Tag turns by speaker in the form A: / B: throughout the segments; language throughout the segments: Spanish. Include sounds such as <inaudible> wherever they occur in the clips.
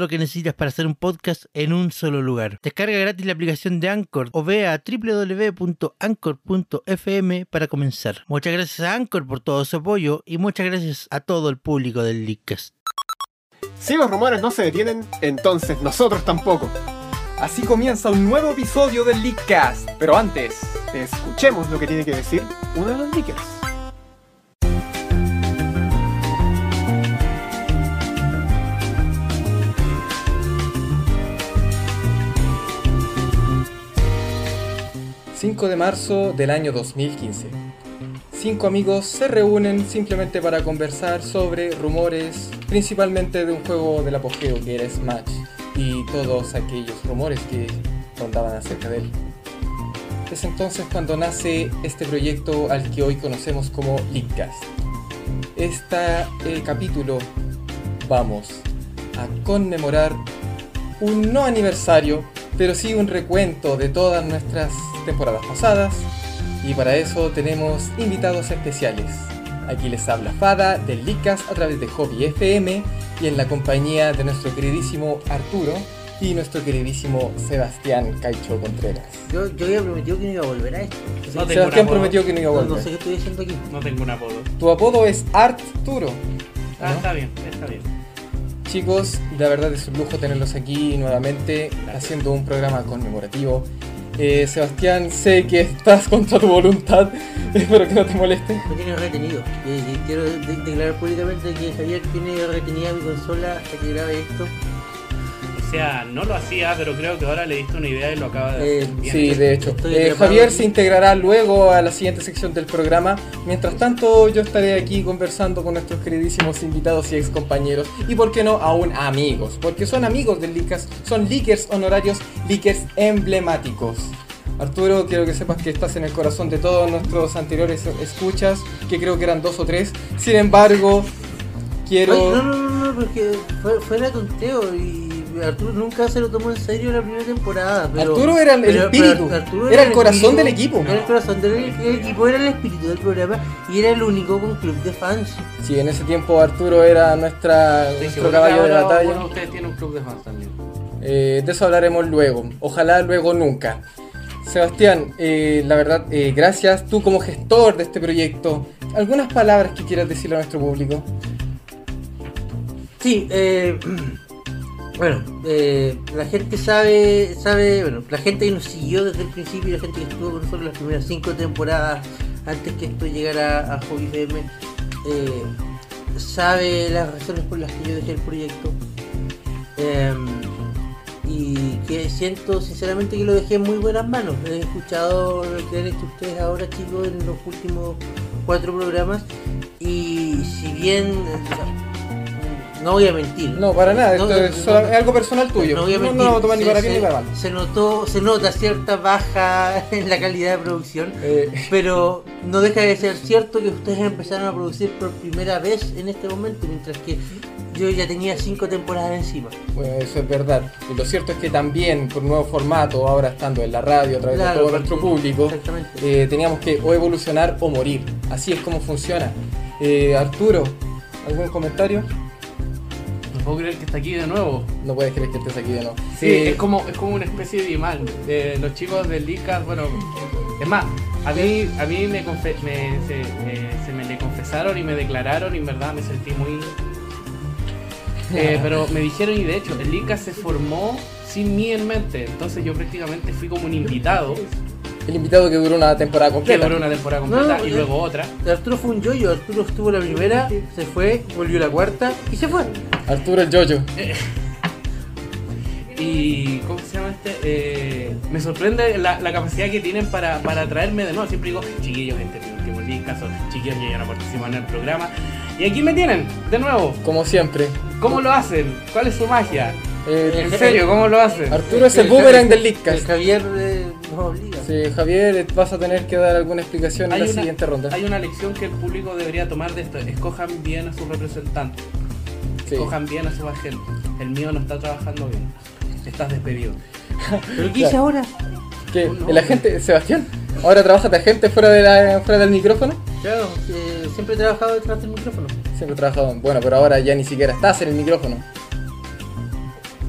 A: lo que necesitas para hacer un podcast en un solo lugar. Descarga gratis la aplicación de Anchor o ve a www.anchor.fm para comenzar. Muchas gracias a Anchor por todo su apoyo y muchas gracias a todo el público del Leadcast.
B: Si los rumores no se detienen, entonces nosotros tampoco.
C: Así comienza un nuevo episodio del Leakcast. Pero antes,
B: Escuchemos lo que tiene que decir uno de los leakers.
C: es 5 de marzo del año 2015. Cinco amigos se reúnen simplemente para conversar sobre rumores, principalmente de un juego del apogeo que era Smash y todos aquellos rumores que rondaban acerca de él. Es entonces cuando nace este proyecto al que hoy conocemos como Leakcast. Este capítulo vamos a conmemorar un no aniversario, pero sí un recuento de todas nuestras temporadas pasadas. Y para eso tenemos invitados especiales. Aquí les habla Fada del Leakcast a través de Hobby FM y en la compañía de nuestro queridísimo Arturo y nuestro queridísimo Sebastián Caicho Contreras.
D: Yo, yo había prometido que no iba a volver a esto.
E: No tengo
C: Sebastián
E: un apodo.
C: prometió que no iba a
D: No,
C: volver.
D: no sé qué estoy diciendo aquí.
E: No tengo un apodo.
C: Tu apodo es Arturo.
E: Ah,
C: ¿no?
E: está bien, está bien.
C: Chicos, la verdad es un lujo tenerlos aquí nuevamente haciendo un programa conmemorativo. Eh, Sebastián, sé que estás contra tu voluntad, <laughs> espero que no te moleste.
D: Me tiene retenido. Y, y quiero de- declarar públicamente que Javier tiene retenida mi consola hasta que grabe esto.
E: O sea, no lo hacía, pero creo que ahora le diste una idea y lo acaba de
D: Eh,
E: hacer bien.
C: Sí, de hecho.
D: Estoy
C: Eh,
D: atrapado
C: Javier
D: aquí.
C: se integrará luego a la siguiente sección del programa. Mientras tanto, yo estaré aquí conversando con nuestros queridísimos invitados y ex compañeros. Y por qué no, aún amigos. Porque son amigos del Lickers, son Lickers honorarios, Lickers emblemáticos. Arturo, quiero que sepas que estás en el corazón de todos nuestros anteriores escuchas, que creo que eran dos o tres. Sin embargo, quiero.
D: Oye, no, no, no, no, porque fue, fue la conteo y Arturo nunca se lo tomó en serio la primera temporada. pero-
C: Arturo era el
D: pero-
C: espíritu,
D: pero Arturo
C: era el corazón del equipo.
D: Era el corazón del el equipo, era el espíritu del programa y era el único con club de fans.
C: Sí, en ese tiempo Arturo era nuestra,
E: Estoy
C: nuestro
E: seguro que
C: caballo de
E: ahora
C: batalla.
E: Uno de ustedes tiene un club de fans también.
C: Eh, de eso hablaremos luego. Ojalá luego nunca. Sebastián, eh, la verdad, eh, gracias. Tú como gestor de este proyecto, ¿algunas palabras que quieras decirle a nuestro público?
D: Sí, eh, <clears throat> bueno, eh, la gente sabe, sabe, bueno, la gente que nos siguió desde el principio y la gente que estuvo con nosotros las primeras cinco temporadas antes que esto llegara a, a Hobby FM, eh, sabe las razones por las que yo dejé el proyecto. Em, y que siento sinceramente que lo dejé en muy buenas manos. He escuchado lo que han hecho ustedes ahora, chicos, en los últimos cuatro programas. Y si bien, o sea, no voy a mentir.
C: No, para nada,
D: No,
C: esto
D: no,
C: es,
D: no,
C: sola-
D: no.
C: es algo personal tuyo.
D: No
C: No,
D: voy a
C: no,
D: mentir.
C: lo vamos a tomar ni
D: Se-
C: para bien ni
D: se-
C: para mal.
D: Se notó, se nota cierta baja <laughs> en la calidad de producción,
C: Eh,
D: pero no deja de ser cierto que ustedes empezaron a producir por primera vez en este momento, mientras que yo ya tenía cinco temporadas encima.
C: bueno, eso es verdad. Y lo cierto es que también, por nuevo formato, ahora estando en la radio a través de todo
D: porque-
C: nuestro público,
D: Exactamente.
C: eh, teníamos que o evolucionar o morir. Así es como funciona. Eh, Arturo, ¿algún comentario?
E: No puedo creer que está aquí de nuevo.
C: No puedes creer que estés aquí de nuevo.
E: Sí,
C: Eh,
E: es, como, es como una especie de imán. De los chicos del Licas, bueno, es más, a mí, a mí me, confe- me- se, eh, se me le confesaron y me declararon y en verdad me sentí muy...
D: <laughs>
E: Eh, pero me dijeron y de hecho, el Licas se formó sin mí en mente, entonces yo prácticamente fui como un invitado
C: El invitado que duró una temporada
E: que
C: completa.
E: duró una temporada completa
D: No,
E: y
D: ya-
E: luego otra.
D: Eh, Arturo fue un yoyo, Arturo estuvo la primera, se
E: Eh.
D: fue, volvió la cuarta y se fue.
C: Arturo el Jojo.
E: Y, ¿cómo se llama este? Eh, me sorprende la, la capacidad que tienen para, para traerme de nuevo. Siempre digo, chiquillos, este que volví caso, chiquillos que ya no participan en el programa. Y aquí me tienen, de nuevo.
C: Como siempre.
E: ¿Cómo lo hacen? ¿Cuál es su magia?
C: Eh,
E: En serio, ¿cómo lo hacen?
C: Arturo es el boomerang del Leadcast.
D: El Javier eh, nos obliga.
C: Sí, Javier, eh, vas a tener que dar alguna explicación en
E: Hay
C: la
E: una-
C: siguiente ronda.
E: Hay una lección que el público debería tomar de esto. Escojan bien a sus representantes.
C: Sí.
E: Escojan bien a sus agentes. El mío no está trabajando bien. Estás despedido.
D: ¿Pero qué hice
C: Claro.
D: ahora?
C: Que
E: Oh, no.
C: el agente, Sebastián, ahora trabaja de agente fuera, de la, fuera del micrófono.
D: Claro, eh, siempre he trabajado detrás del micrófono.
C: Siempre he trabajado, bueno, pero ahora ya ni siquiera estás en el micrófono.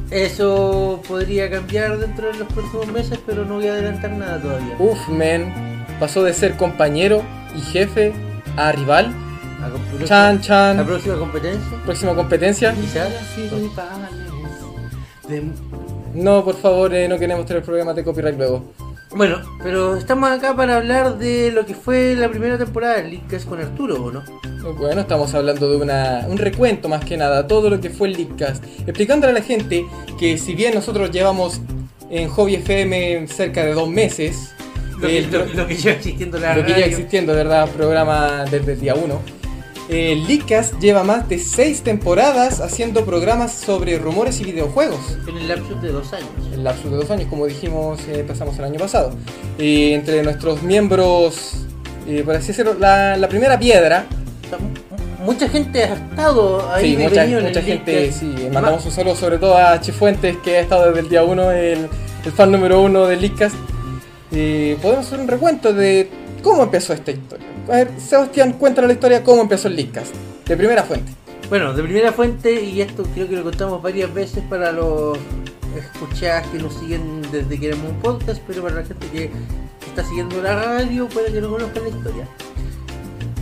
D: Eso podría cambiar dentro de los próximos meses, pero no voy a adelantar nada todavía.
C: Uf, men, pasó de ser compañero y jefe a rival.
D: La competencia-
C: Chan, chan.
D: La próxima competencia.
C: Próxima competencia.
D: Quizás.
E: De-
C: No, por favor, eh, no queremos tener problemas de copyright luego.
D: Bueno, pero estamos acá para hablar de lo que fue la primera temporada del Leadcast con Arturo, ¿o no?
C: Bueno, estamos hablando de una, un recuento más que nada, todo lo que fue el Leadcast. Explicándole a la gente que si bien nosotros llevamos en Hobby FM cerca de dos meses,
D: Lo que,
C: el
D: lo-
C: pro-
D: lo que lleva existiendo la
C: lo que ya
D: radio.
C: existiendo, ¿verdad? Programa desde el día 1. El Leadcast lleva más de seis temporadas haciendo programas sobre rumores y videojuegos.
D: En el lapsus de dos años.
C: el lapso de dos años, como dijimos, eh, pasamos el año pasado. Y entre nuestros miembros, eh, por así decirlo, la, la primera piedra,
D: O sea, mu- mucha gente ha estado ahí
C: sí,
D: de
C: mucha,
D: venido en el
C: mucha gente,
D: Leadcast.
C: sí, eh, mandamos un saludo sobre todo a Chifuentes, que ha estado desde el día uno, el, el fan número uno del Leadcast. Eh, podemos hacer un recuento de cómo empezó esta historia. A ver, Sebastián, cuéntanos la historia, cómo empezó el Leadcast, de primera fuente.
D: Bueno, de primera fuente, y esto creo que lo contamos varias veces para los escuchadas que nos siguen desde que éramos un podcast, pero para la gente que está siguiendo la radio puede que no conozca la historia.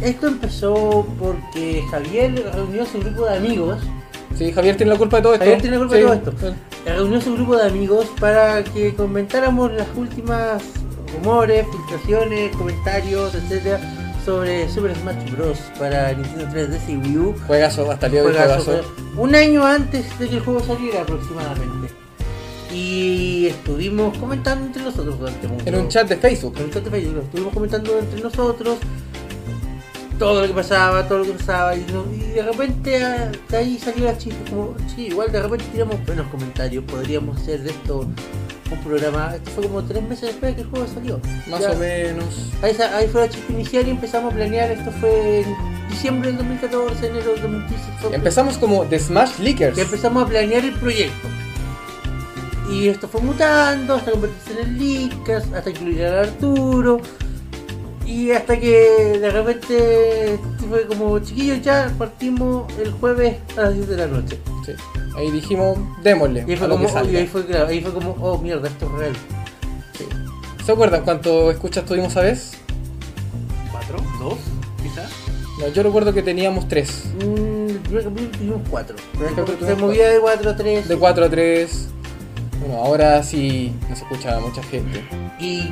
D: Esto empezó porque Javier reunió a su grupo de amigos
C: Sí, Javier tiene la culpa de todo esto.
D: Javier tiene la culpa de
C: Sí.
D: todo esto. reunió su grupo de amigos para que comentáramos las últimas rumores, filtraciones, comentarios, etcétera, sobre Super Smash Bros. para Nintendo 3DS y Wii U.
C: Juegazo, hasta el día de hoy,
D: Juegazo,
C: juegazo.
D: juegazo. Un año antes de que el juego saliera aproximadamente. Y estuvimos comentando entre nosotros durante mucho
C: En un chat de Facebook.
D: en un chat de Facebook, lo estuvimos comentando entre nosotros todo lo que pasaba, todo lo que pasaba y, no- y de repente ah, de ahí salió la chica como, sí, igual de repente tiramos buenos comentarios, podríamos hacer de esto un programa, esto fue como tres meses después de que el juego salió.
C: Más
D: Ya,
C: o menos.
D: Ahí, sa- ahí fue la chispa inicial y empezamos a planear, esto fue en diciembre del 2014, enero del 2015. fue-
C: Empezamos como The Smash Leakers.
D: que empezamos a planear el proyecto. Y esto fue mutando hasta convertirse en el Licas, hasta incluir a Arturo. Y hasta que de repente fue como chiquillos ya partimos el jueves a las 10 de la noche.
C: Sí. Ahí dijimos, démosle.
D: Y ahí
C: a
D: fue,
C: lo
D: como,
C: que
D: oh, y
C: salga.
D: ahí fue, claro, ahí fue como, oh mierda, esto es real.
C: Sí. ¿Se acuerdan cuánto escuchas tuvimos a vez?
E: ¿Cuatro? ¿Dos? Quizás.
C: No, yo recuerdo que teníamos tres.
D: Mm, el primer capítulo tuvimos 4.
C: primer capítulo
D: Se
C: tuvimos
D: movía de 4 a 3.
C: De cuatro a tres. Bueno, ahora sí nos escucha mucha gente.
D: Y,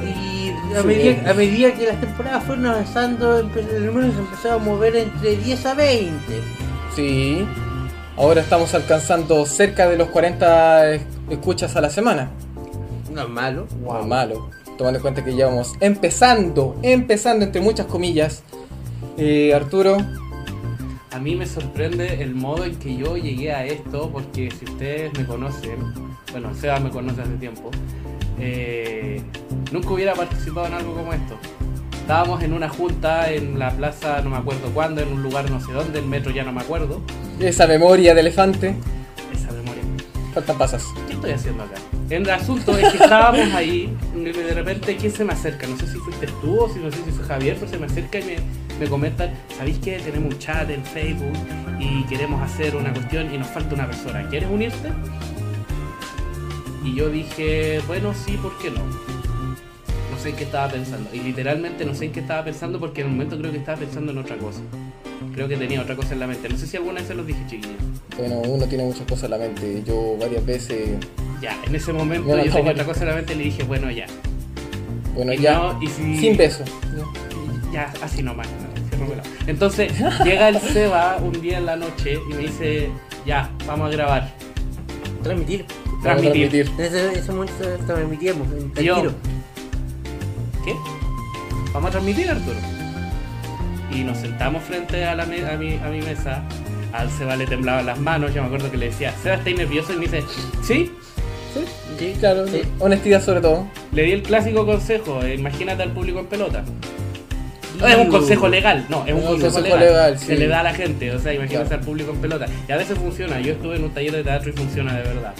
D: y a,
C: Sí.
D: medida, a medida que las temporadas fueron avanzando, empe- el número se empezaba a mover entre 10 a 20.
C: Sí. Ahora estamos alcanzando cerca de los 40 es- escuchas a la semana.
D: No es malo.
C: No es malo. Tomando en cuenta que ya vamos empezando, empezando entre muchas comillas. Eh, Arturo,
E: A mí me sorprende el modo en que yo llegué a esto, porque si ustedes me conocen, bueno, Seba me conoce hace tiempo, eh, nunca hubiera participado en algo como esto. Estábamos en una junta en la plaza, no me acuerdo cuándo, en un lugar no sé dónde, el metro ya no me acuerdo.
C: esa memoria de elefante.
E: Esa memoria.
C: Faltan pasas.
E: ¿Qué estoy haciendo acá? El asunto es que estábamos ahí, y de repente, ¿quién se me acerca? No sé si fuiste tú o si no sé si fue Javier, pero se me acerca y me, me comentan, ¿sabéis qué? Tenemos un chat en Facebook y queremos hacer una cuestión y nos falta una persona. ¿Quieres unirte? Y yo dije, bueno, sí, ¿por qué no? No sé en qué estaba pensando. Y literalmente no sé en qué estaba pensando porque en el momento creo que estaba pensando en otra cosa. Creo que tenía otra cosa en la mente. No sé si alguna vez se los dije, chiquillos.
C: Bueno, uno tiene muchas cosas en la mente. Yo varias veces.
E: Ya, en ese momento
C: Bueno,
E: yo
C: no,
E: tenía
C: vale.
E: otra cosa en la mente y le dije, bueno, ya.
C: Bueno,
E: Y
C: ya.
E: no, y si-
C: Sin beso.
E: Ya, así nomás. cierro pelado. Entonces, llega el Seba un día en la noche y me dice, ya, vamos a grabar.
D: Transmitir.
E: Transmitir.
D: En ese, en ese momento tra- transmitíamos en al
E: Yo.
D: tiro.
E: ¿Qué? Vamos a transmitir, Arturo. Y nos sentamos frente a, la me- a, mi, a mi mesa. Al Seba le temblaban las manos. Yo me acuerdo que le decía, Seba, ¿estás nervioso? Y me dice, ¿sí?
D: Sí,
C: Claro,
D: sí.
C: honestidad sobre todo.
E: Le di el clásico consejo, eh, imagínate al público en pelota. No es un
C: Mm.
D: Iu.
E: consejo legal, no, es un, consejo, legal.
C: sí.
E: Se le da a la gente, o sea, imagínate
C: Claro.
E: al público en pelota. Y a veces funciona, yo estuve en un taller de teatro y funciona de verdad.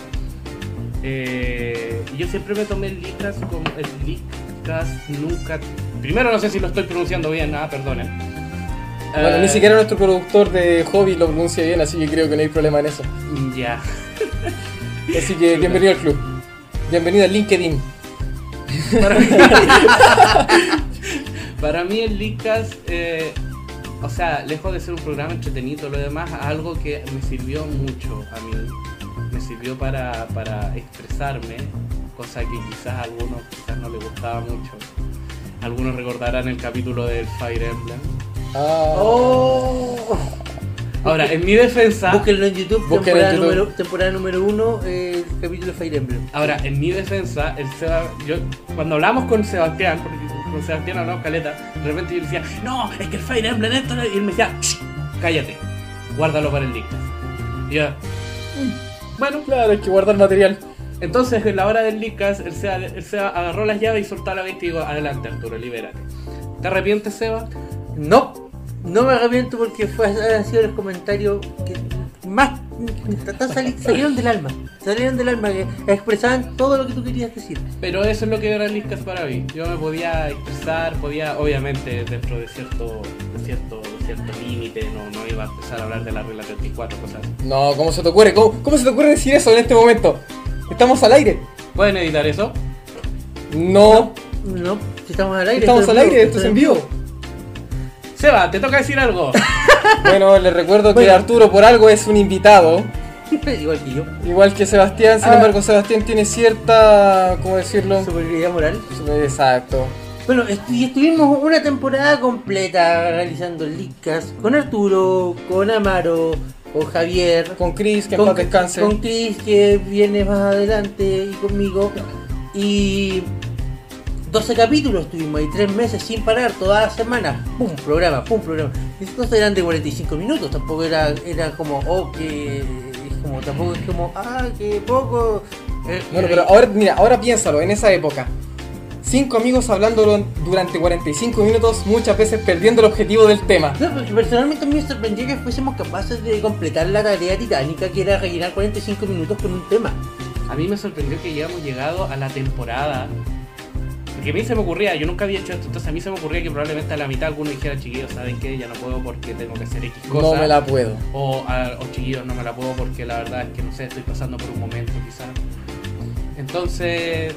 E: Eh, y yo siempre me tomé el licas como el licas nunca. Primero no sé si lo estoy pronunciando bien, ah, perdonen.
C: Bueno,
E: Eh,
C: ni siquiera nuestro productor de hobby lo pronuncia bien, así que creo que no hay problema en eso.
E: Ya.
C: Así que bienvenido al club. Bienvenido al LinkedIn.
E: Para mí, para mí el Leadcast, eh, o sea, lejos de ser un programa entretenido, lo demás, algo que me sirvió mucho a mí, me sirvió para, para expresarme, cosa que quizás a algunos quizás no les gustaba mucho. Algunos recordarán el capítulo del Fire Emblem.
C: Ah,
D: ¡Oh!
E: Ahora, en mi defensa,
D: Búsquenlo en YouTube,
C: Búsquenlo en
D: temporada,
C: YouTube.
D: Número, temporada número uno, eh, el capítulo de Fire Emblem.
E: Ahora, en mi defensa, el Seba- yo, cuando hablamos con Sebastián, porque con Sebastián hablamos caleta, de repente yo le decía, no, es que el Fire Emblem esto, no", y él me decía, "Shh, cállate, guárdalo para el Dictas. Y yo, "Mm, bueno,
C: claro, hay que guardar material.
E: entonces en la hora del Licas, el Seba, el Seba agarró las llaves y soltó la vista y digo, adelante Arturo, libérate. ¿Te arrepientes, Seba?
D: No, no me arrepiento porque fue, han sido los comentarios que más tan sali- salieron del alma. Salieron del alma, que expresaban todo lo que tú querías decir.
E: Pero eso es lo que era el Licas para mí. Yo me podía expresar, podía, obviamente, dentro de cierto, de cierto, de cierto límite, no, no iba a empezar a hablar de la regla 34, cosas así.
C: No, ¿cómo se te ocurre? ¿Cómo, cómo se te ocurre decir eso en este momento? Estamos al aire.
E: ¿Pueden editar eso?
C: No,
D: No, si estamos al aire.
C: estamos
D: esto es
C: al aire,
D: vivo,
C: esto es en vivo.
E: Seba, te toca
C: <laughs>
E: decir algo.
C: Bueno, les recuerdo que
D: Bueno.
C: Arturo por algo es un invitado,
D: <laughs> Igual que yo.
C: igual que Sebastián, sin
D: Ah.
C: embargo Sebastián tiene cierta, ¿cómo decirlo?
D: Superioridad moral.
C: Exacto.
D: Bueno, estu- y estuvimos una temporada completa realizando licas con Arturo, con Amaro, con Javier,
C: Con Chris, que en paz descanse.
D: con Chris que viene más adelante y conmigo. Y 12 capítulos tuvimos ahí, 3 meses sin parar, todas las semanas. Pum, programa, pum, programa. Mis cosas eran de 45 minutos, tampoco era, era como, oh, que. es como, tampoco es como, ah, que poco. Eh,
C: Bueno,
D: eh,
C: pero ahora, mira, ahora piénsalo, en esa época. Cinco amigos hablando durante 45 minutos, muchas veces perdiendo el objetivo del tema.
D: No, porque personalmente a mí me sorprendió que fuésemos capaces de completar la tarea titánica que era rellenar 45 minutos con un tema.
E: A mí me sorprendió que ya hemos llegado a la temporada. Porque a mí se me ocurría, yo nunca había hecho esto, entonces a mí se me ocurría que probablemente a la mitad alguno dijera, chiquillos, ¿saben qué? Ya no puedo porque tengo que hacer X cosa.
C: No me la puedo.
E: o, a- o chiquillos, no me la puedo porque la verdad es que no sé, estoy pasando por un momento quizás. Entonces,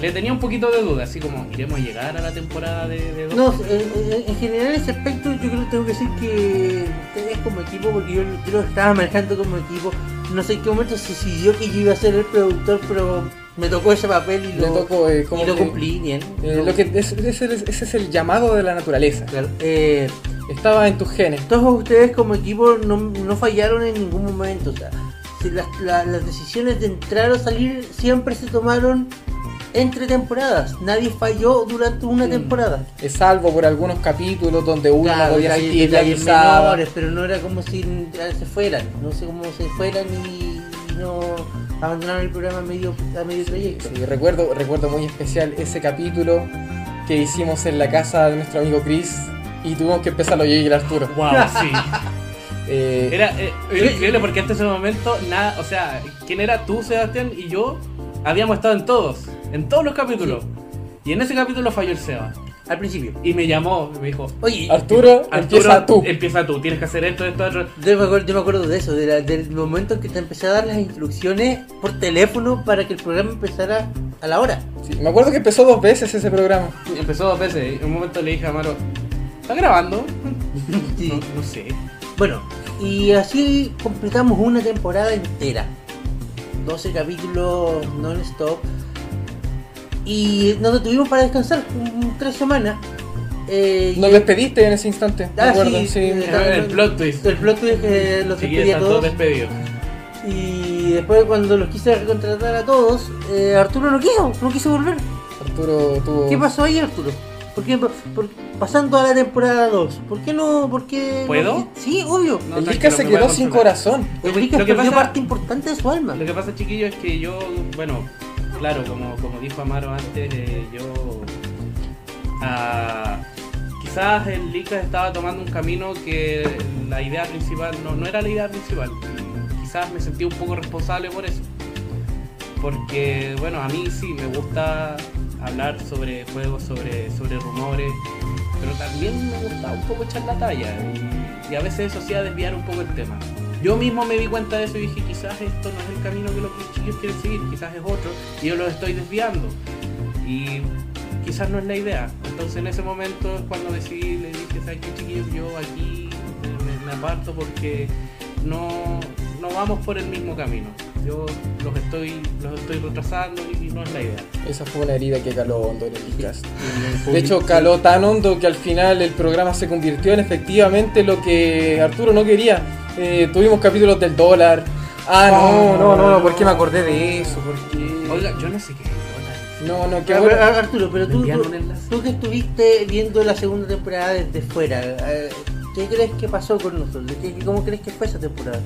E: le tenía un poquito de duda, así como, ¿iremos a llegar a la temporada de, de dos?
D: No, eh, eh, en general ese aspecto yo creo que tengo que decir que ustedes como equipo, porque yo, yo lo estaba manejando como equipo, no sé en qué momento se decidió que yo iba a ser el productor, pero me tocó ese papel y
C: Le
D: lo,
C: toco, eh, como
D: y lo
C: que-
D: cumplí bien.
C: eh, lo que es- es el- ese es el llamado de la naturaleza.
D: Claro. Eh,
C: Estaba en tus genes.
D: todos ustedes como equipo no, no fallaron en ningún momento. O sea, si las, la- las decisiones de entrar o salir siempre se tomaron entre temporadas. Nadie falló durante una
E: Mm.
D: temporada.
C: Eh, Salvo por algunos capítulos donde uno no podía
D: detalles-
C: asistir,
D: detalles
C: avisaba.
D: menores, pero no era como si eh, se fueran. No sé cómo se fueran y no abandonaron el programa a medio, a medio trayecto.
C: Sí, recuerdo, recuerdo muy especial ese capítulo que hicimos en la casa de nuestro amigo Chris y tuvimos que empezarlo yo y el Arturo.
E: Wow, sí.
C: Eh,
E: Era eh, era increíble porque hasta ese momento, nada, o sea, quién era tú, Sebastián, y yo habíamos estado en todos, en todos los capítulos. Y en ese capítulo falló el Seba.
D: Al principio.
E: Y me llamó, y me dijo,
D: Oye,
C: Arturo, empieza tú.
D: em-
E: Empieza tú, tienes que hacer esto, esto, otro.
D: yo me, acuerdo, yo me acuerdo de eso, de la- del momento en que te empecé a dar las instrucciones por teléfono para que el programa empezara a la hora.
C: Sí, me acuerdo que empezó dos veces ese programa.
E: Y empezó dos veces. En un momento le dije a Maro, ¿estás grabando?
D: Sí.
E: No, no sé.
D: Bueno, y así completamos una temporada entera. 12 capítulos non-stop. Y nos detuvimos para descansar mm, tres semanas. Eh,
C: Nos
D: y-
C: despediste en ese instante. me
D: Ah,
C: acuerdo,
D: sí,
C: sí.
D: eh,
E: Era el plot twist.
D: El plot twist que
E: Chiquillos,
D: los despedía a
E: están todos
D: todos.
E: despedidos.
D: Y Y después cuando los quise recontratar a todos, eh, Arturo no quiso, no quiso volver.
C: Arturo tuvo.
D: ¿Qué pasó ahí, Arturo? ¿Por qué, por- por- pasando a la temporada 2, ¿por qué no? ¿Por qué no-
E: ¿Puedo?
D: sí, obvio.
E: No,
C: el Lika
E: tranquilo,
C: se
E: me voy a
C: quedó sin
E: controlar.
C: corazón.
D: El Brica
E: Lo que
D: perdió
E: pasa-
D: parte importante de su alma.
E: Lo que pasa, chiquillos, es que yo, bueno, claro, como, como dijo Amaro antes, eh, yo. ah, quizás el Licas estaba tomando un camino que la idea principal no, no era la idea principal. Y Quizás me sentí un poco responsable por eso. Porque, bueno, a mí sí me gusta hablar sobre juegos, sobre, sobre rumores, pero también me gusta un poco echar la talla. Y, y a veces eso sí a desviar un poco el tema. Yo mismo me di cuenta de eso y dije, quizás esto no es el camino que los chiquillos quieren seguir, quizás es otro, y yo lo estoy desviando. Y quizás no es la idea. Entonces en ese momento es cuando decidí, le dije, ¿sabes qué chiquillos? Yo aquí me, me- me aparto porque no, no vamos por el mismo camino. Yo los estoy, los estoy retrasando y, y no es la idea.
C: Esa fue una herida que caló hondo en el Licas. De hecho, caló tan hondo que al final el programa se convirtió en efectivamente lo que Arturo no quería. Eh, tuvimos capítulos del dólar. Ah, no,
E: Oh,
C: no, no, no,
E: no.
C: ¿por qué me acordé de eso? ¿Por qué?
E: Oiga, yo no sé qué. es
C: No, no, qué
D: Ah, pero,
C: bueno.
D: ah, Arturo, pero
E: ¿Me
D: tú,
E: enviaron
D: tú-
E: un enlace?
D: tú que estuviste viendo la segunda temporada desde fuera, eh, ¿qué crees que pasó con nosotros? ¿Qué- ¿Cómo crees que fue esa temporada?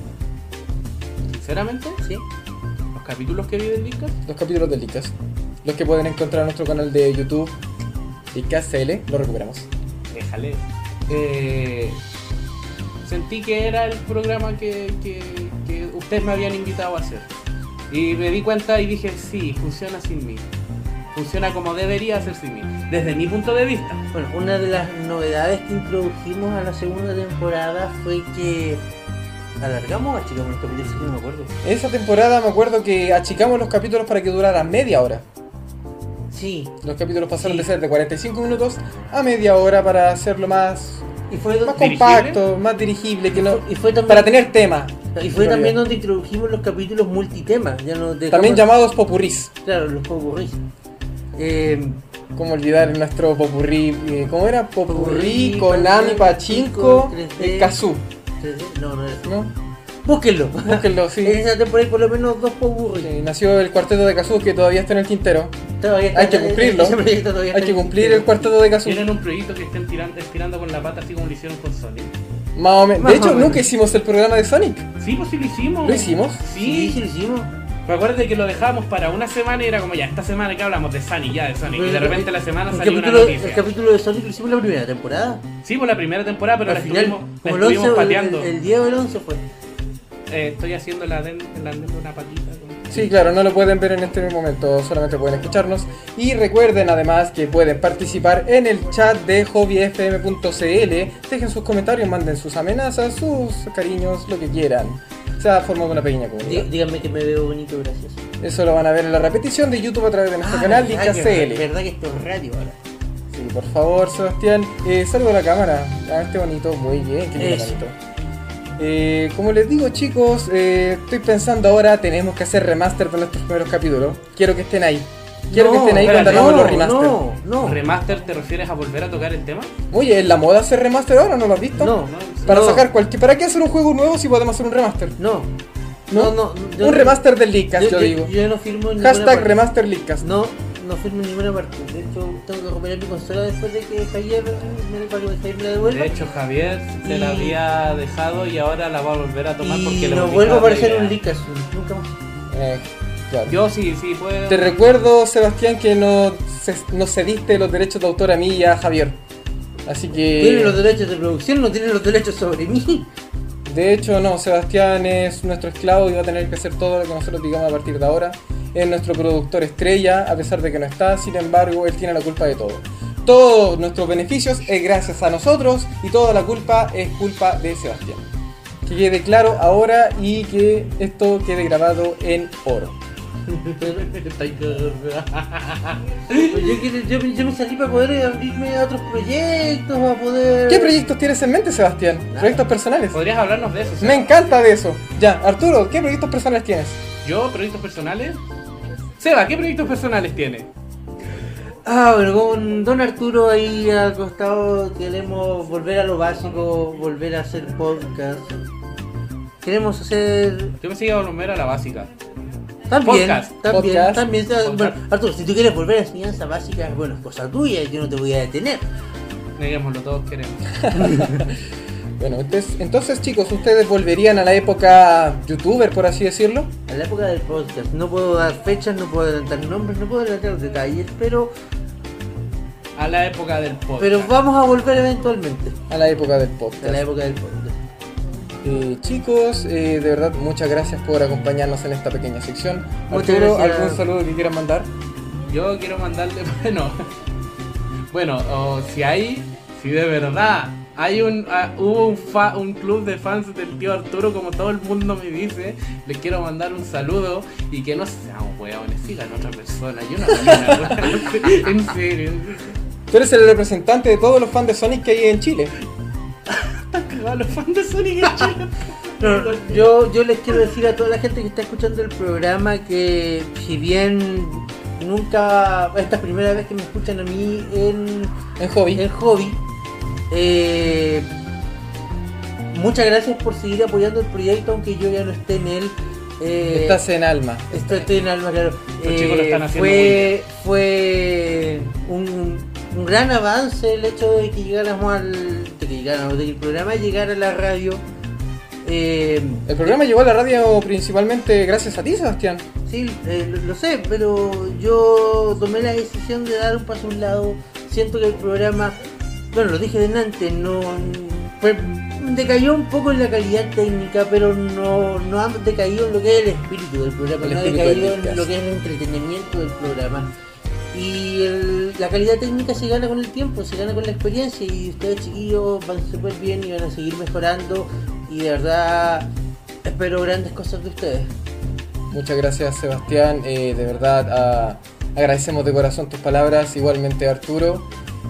E: Sinceramente,
D: ¿Sí?
E: los capítulos que vi del Licas
C: Los capítulos del Licas. Los que pueden encontrar en nuestro canal de YouTube. Licas CL, lo recuperamos.
E: Déjale. Eh, sentí que era el programa que, que- que ustedes me habían invitado a hacer. Y me di cuenta y dije, sí, funciona sin mí. Funciona como debería ser sin mí. Desde mi punto de vista.
D: Bueno, una de las novedades que introdujimos a la segunda temporada fue que alargamos a chicos los capítulos, no me acuerdo.
C: Esa temporada me acuerdo que achicamos los capítulos para que duraran media hora.
D: Sí,
C: Los capítulos pasaron
D: Sí.
C: de ser de 45 minutos a media hora para hacerlo más,
D: y fue
C: más
D: donde,
E: ¿Dirigible?
C: compacto, más dirigible, que no,
D: y fue también,
C: para tener tema.
D: y fue
C: En
D: también
C: realidad.
D: donde introdujimos los capítulos multitemas. Ya no dejamos-
C: También llamados popurrís.
D: Claro, los popurrís. Eh,
C: Como olvidar nuestro popurrí, eh, ¿cómo era? Popurrí,
D: Popurrí,
C: Konami,
D: Konami,
C: Pachinko,
D: Pachinko, 3D.
C: eh, Kazoo,
D: no, no, era-
C: ¿no?
D: búsquenlo.
C: <laughs> Búsquenlo,
D: En
C: sí.
D: esa temporada hay por lo menos dos popurrís.
C: Eh, Nació el cuarteto de Kazoo que todavía está en el tintero.
D: Todavía está-
C: Hay que cumplirlo.
D: ese proyecto todavía
C: Hay
D: está
C: que
D: en-
C: cumplir el cuarteto de Kazoo.
E: Tienen un proyecto que estén tirando, estirando con la pata así como lo hicieron con Sonic.
C: Más o menos.
D: Más
C: De
D: o
C: hecho,
D: menos.
C: nunca hicimos el programa de Sonic.
E: Sí, pues sí lo hicimos.
C: ¿Lo hicimos?
E: Sí.
D: Sí, sí, lo hicimos.
E: Me acuerdo de que lo dejábamos para una semana y era como ya, esta semana que hablamos de Sonic, ya de Sonic. Y de repente la semana
D: eh, el
E: salió una
D: capítulo,
E: noticia.
D: El capítulo de Sonic lo hicimos la primera temporada.
E: Sí, por la primera temporada, pero
D: Al
E: la
D: final,
E: estuvimos, la
D: como el
E: estuvimos
D: 11, el,
E: pateando.
D: el 10 o el 11 fue.
E: Eh, estoy haciendo la den- la den de una patita. con-
C: Sí, claro, no lo pueden ver en este momento, solamente pueden escucharnos. Y recuerden además que pueden participar en el chat de hobbyfm.cl. Dejen sus comentarios, manden sus amenazas, sus cariños, lo que quieran. Se ha formado una pequeña
D: Dí-
C: comunidad.
D: Díganme que me veo bonito, gracias.
C: Eso lo van a ver en la repetición de YouTube a través de nuestro
D: Ah,
C: canal
D: verdad
C: Licas
D: que-
C: CL.
D: verdad que esto es radio ahora.
C: Sí, por favor, Sebastián, eh, salgo a la cámara. Ah, este bonito, muy bien, qué lindo
D: Eso.
C: bonito. Eh, como les digo chicos, eh, estoy pensando ahora, tenemos que hacer remaster de nuestros primeros capítulos. Quiero que estén ahí. Quiero que estén ahí cuando
E: espérate,
C: hagamos
D: no,
C: los remaster.
D: No, no,
E: ¿Remaster te refieres a volver a tocar el tema?
C: Oye, ¿es la moda hacer remaster ahora? ¿No lo has visto?
D: no,
C: Para
D: no,
C: sacar cualquier... ¿Para qué hacer un juego nuevo si podemos hacer un remaster?
D: No,
C: ¿No?
D: no, no. yo-
C: un remaster del Leadcast, yo,
D: yo,
C: digo.
D: Yo no firmo en ninguna
C: Hashtag
D: parte.
C: remaster Leadcast.
D: No, no firmo en ninguna parte. De hecho, tengo que recuperar mi consola después de que Javier me, para que Javier me la devuelva.
E: De hecho, Javier se la
D: Y-
E: había dejado y ahora la va a volver a tomar porque
D: y
E: le
D: no
E: hemos
D: vuelvo
E: dejado
D: a
E: la
D: aparecer
E: idea.
D: un Licas, nunca más.
C: Eh, claro.
E: Yo sí, sí, puedo.
C: Te recuerdo, Sebastián, que no, ces- no cediste los derechos de autor a mí y a Javier. Así
E: Eh.
D: Tiene los
C: que...
D: derechos de producción, no tiene los derechos sobre mí. <laughs>
C: De hecho, no, Sebastián es nuestro esclavo y va a tener que hacer todo lo que nosotros digamos a partir de ahora. Es nuestro productor estrella, a pesar de que no está, sin embargo, él tiene la culpa de todo. Todos nuestros beneficios es gracias a nosotros y toda la culpa es culpa de Sebastián. Que quede claro ahora y que esto quede grabado en oro.
D: Está Pues yo, quiero- yo, yo me salí para poder abrirme a otros proyectos, a poder...
C: ¿Qué proyectos tienes en mente, Sebastián? ¿Proyectos personales?
E: ¿Podrías hablarnos de eso? o sea,
C: Me encanta de eso. Ya, Arturo, ¿qué proyectos personales tienes?
E: ¿Yo? ¿Proyectos personales? Seba, ¿qué proyectos personales tiene?
D: Ah, bueno, con Don Arturo ahí al costado queremos volver a lo básico, volver a hacer podcast. Queremos hacer.
E: Yo me sigo a volver a la básica.
D: También,
E: Podcast.
D: también,
C: Podcast.
D: también.
E: Podcast.
D: Bueno, Arturo, si tú quieres volver a enseñanza básica, bueno, es cosa tuya, yo no te voy a detener.
E: Neguémoslo, todos queremos.
C: Bueno, entonces, entonces chicos, ¿ustedes volverían a la época youtuber, por así decirlo?
D: A la época del podcast, no puedo dar fechas, no puedo adelantar nombres, no puedo adelantar los detalles, pero,
E: A la época del podcast.
D: pero vamos a volver eventualmente
C: A la época del
D: a la
C: podcast.
D: época del podcast.
C: Eh, chicos, eh, de verdad, muchas gracias por acompañarnos en esta pequeña sección.
D: Muchas
C: Arturo,
D: gracias.
C: ¿algún saludo que quieran mandar?
E: Yo quiero mandarle, <laughs> bueno, bueno, o si hay, si de verdad hay un, ah, hubo un, fa- un club de fans del tío Arturo, como todo el mundo me dice, les quiero mandar un saludo y que no sean hueones, sigan a otra persona. Yo no soy una hueá. <laughs> en serio,
C: Tú eres el representante de todos los fans de Sonic que hay en Chile.
E: cagado a los fans de Sonic en <laughs> Chile.
D: No, no, yo, yo les quiero decir a toda la gente que está escuchando el programa que si bien nunca, esta es la primera vez que me escuchan a mí en
C: En hobby.
D: el hobby. Eh, muchas gracias por seguir apoyando el proyecto, aunque yo ya no esté en él. Eh,
C: Estás en alma.
D: estoy, estoy en Alma, claro. Eh,
E: Los chicos lo están haciendo
D: fue fue un, un gran avance el hecho de que llegáramos al. de que llegáramos, de que el programa llegara a la radio. Eh,
C: El programa llegó a la radio principalmente gracias a ti, Sebastián.
D: Sí, eh, lo- lo sé, pero yo tomé la decisión de dar un paso a un lado. Siento que el programa, bueno, lo dije delante, no fue- decayó un poco en la calidad técnica, pero no, no ha decaído en lo que es el espíritu del programa,
C: El
D: no ha
C: espíritu del
D: decaído en
C: podcast.
D: lo que es el entretenimiento del programa. Y el- la calidad técnica se gana con el tiempo, se gana con la experiencia y ustedes chiquillos van súper bien y van a seguir mejorando y de verdad espero grandes cosas de ustedes.
C: Muchas gracias, Sebastián. Eh, de verdad, ah, agradecemos de corazón tus palabras. Igualmente, Arturo.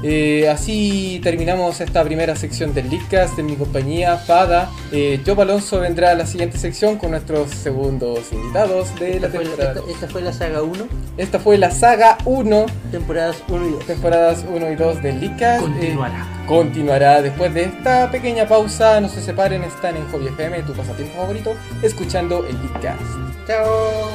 C: Eh, así terminamos esta primera sección del Leadcast de mi compañía, Fada. Eh, Job Alonso vendrá a la siguiente sección con nuestros segundos invitados de
D: Esta
C: la
D: fue,
C: temporada.
D: esta, esta fue la saga 1,
C: Esta fue la saga 1,
D: temporadas 1 y 2.
C: temporadas 1 y 2 del Leadcast. Eh,
E: Continuará.
C: continuará después de esta pequeña pausa. No se separen, están en Hobby FM, tu pasatiempo favorito, escuchando el Leadcast.
D: Chao.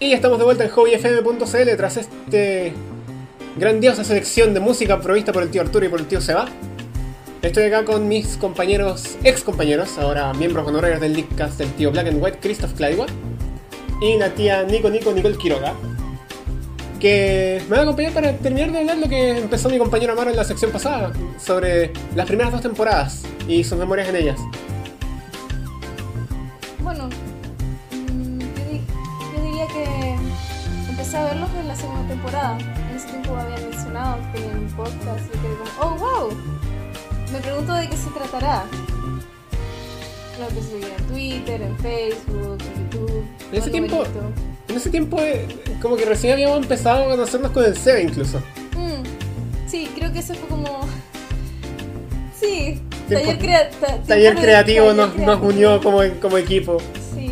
B: Y estamos de vuelta en hobbyfm.cl tras este grandiosa selección de música provista por el tío Arturo y por el tío Seba. Estoy acá con mis compañeros, ex compañeros, ahora miembros honorarios del Leadcast, el tío Black and White, Christoph Kleiwa, y la tía Nico Nico Nicole Quiroga, que me va a acompañar para terminar de hablar lo que empezó mi compañero Amaro en la sección pasada, sobre las primeras dos temporadas y sus memorias en ellas.
F: Bueno, mm, yo, di- yo diría que empecé a verlos en la segunda temporada. En ese tiempo habían mencionado que tenían un podcast y yo quedé como, oh wow, me pregunto de qué se tratará. Lo que subían en Twitter, en Facebook, en YouTube.
B: En ese
F: con
B: tiempo-
F: numerito.
B: En ese tiempo, eh, como que recién habíamos empezado a conocernos con el Seba incluso.
F: Mm, sí, creo que eso fue como. Sí,
B: Tiempo-
F: taller, crea- ta-
B: Taller
F: tiempo de-
B: creativo
F: taller
B: nos, nos
F: creativo.
B: unió como, como equipo.
F: Sí.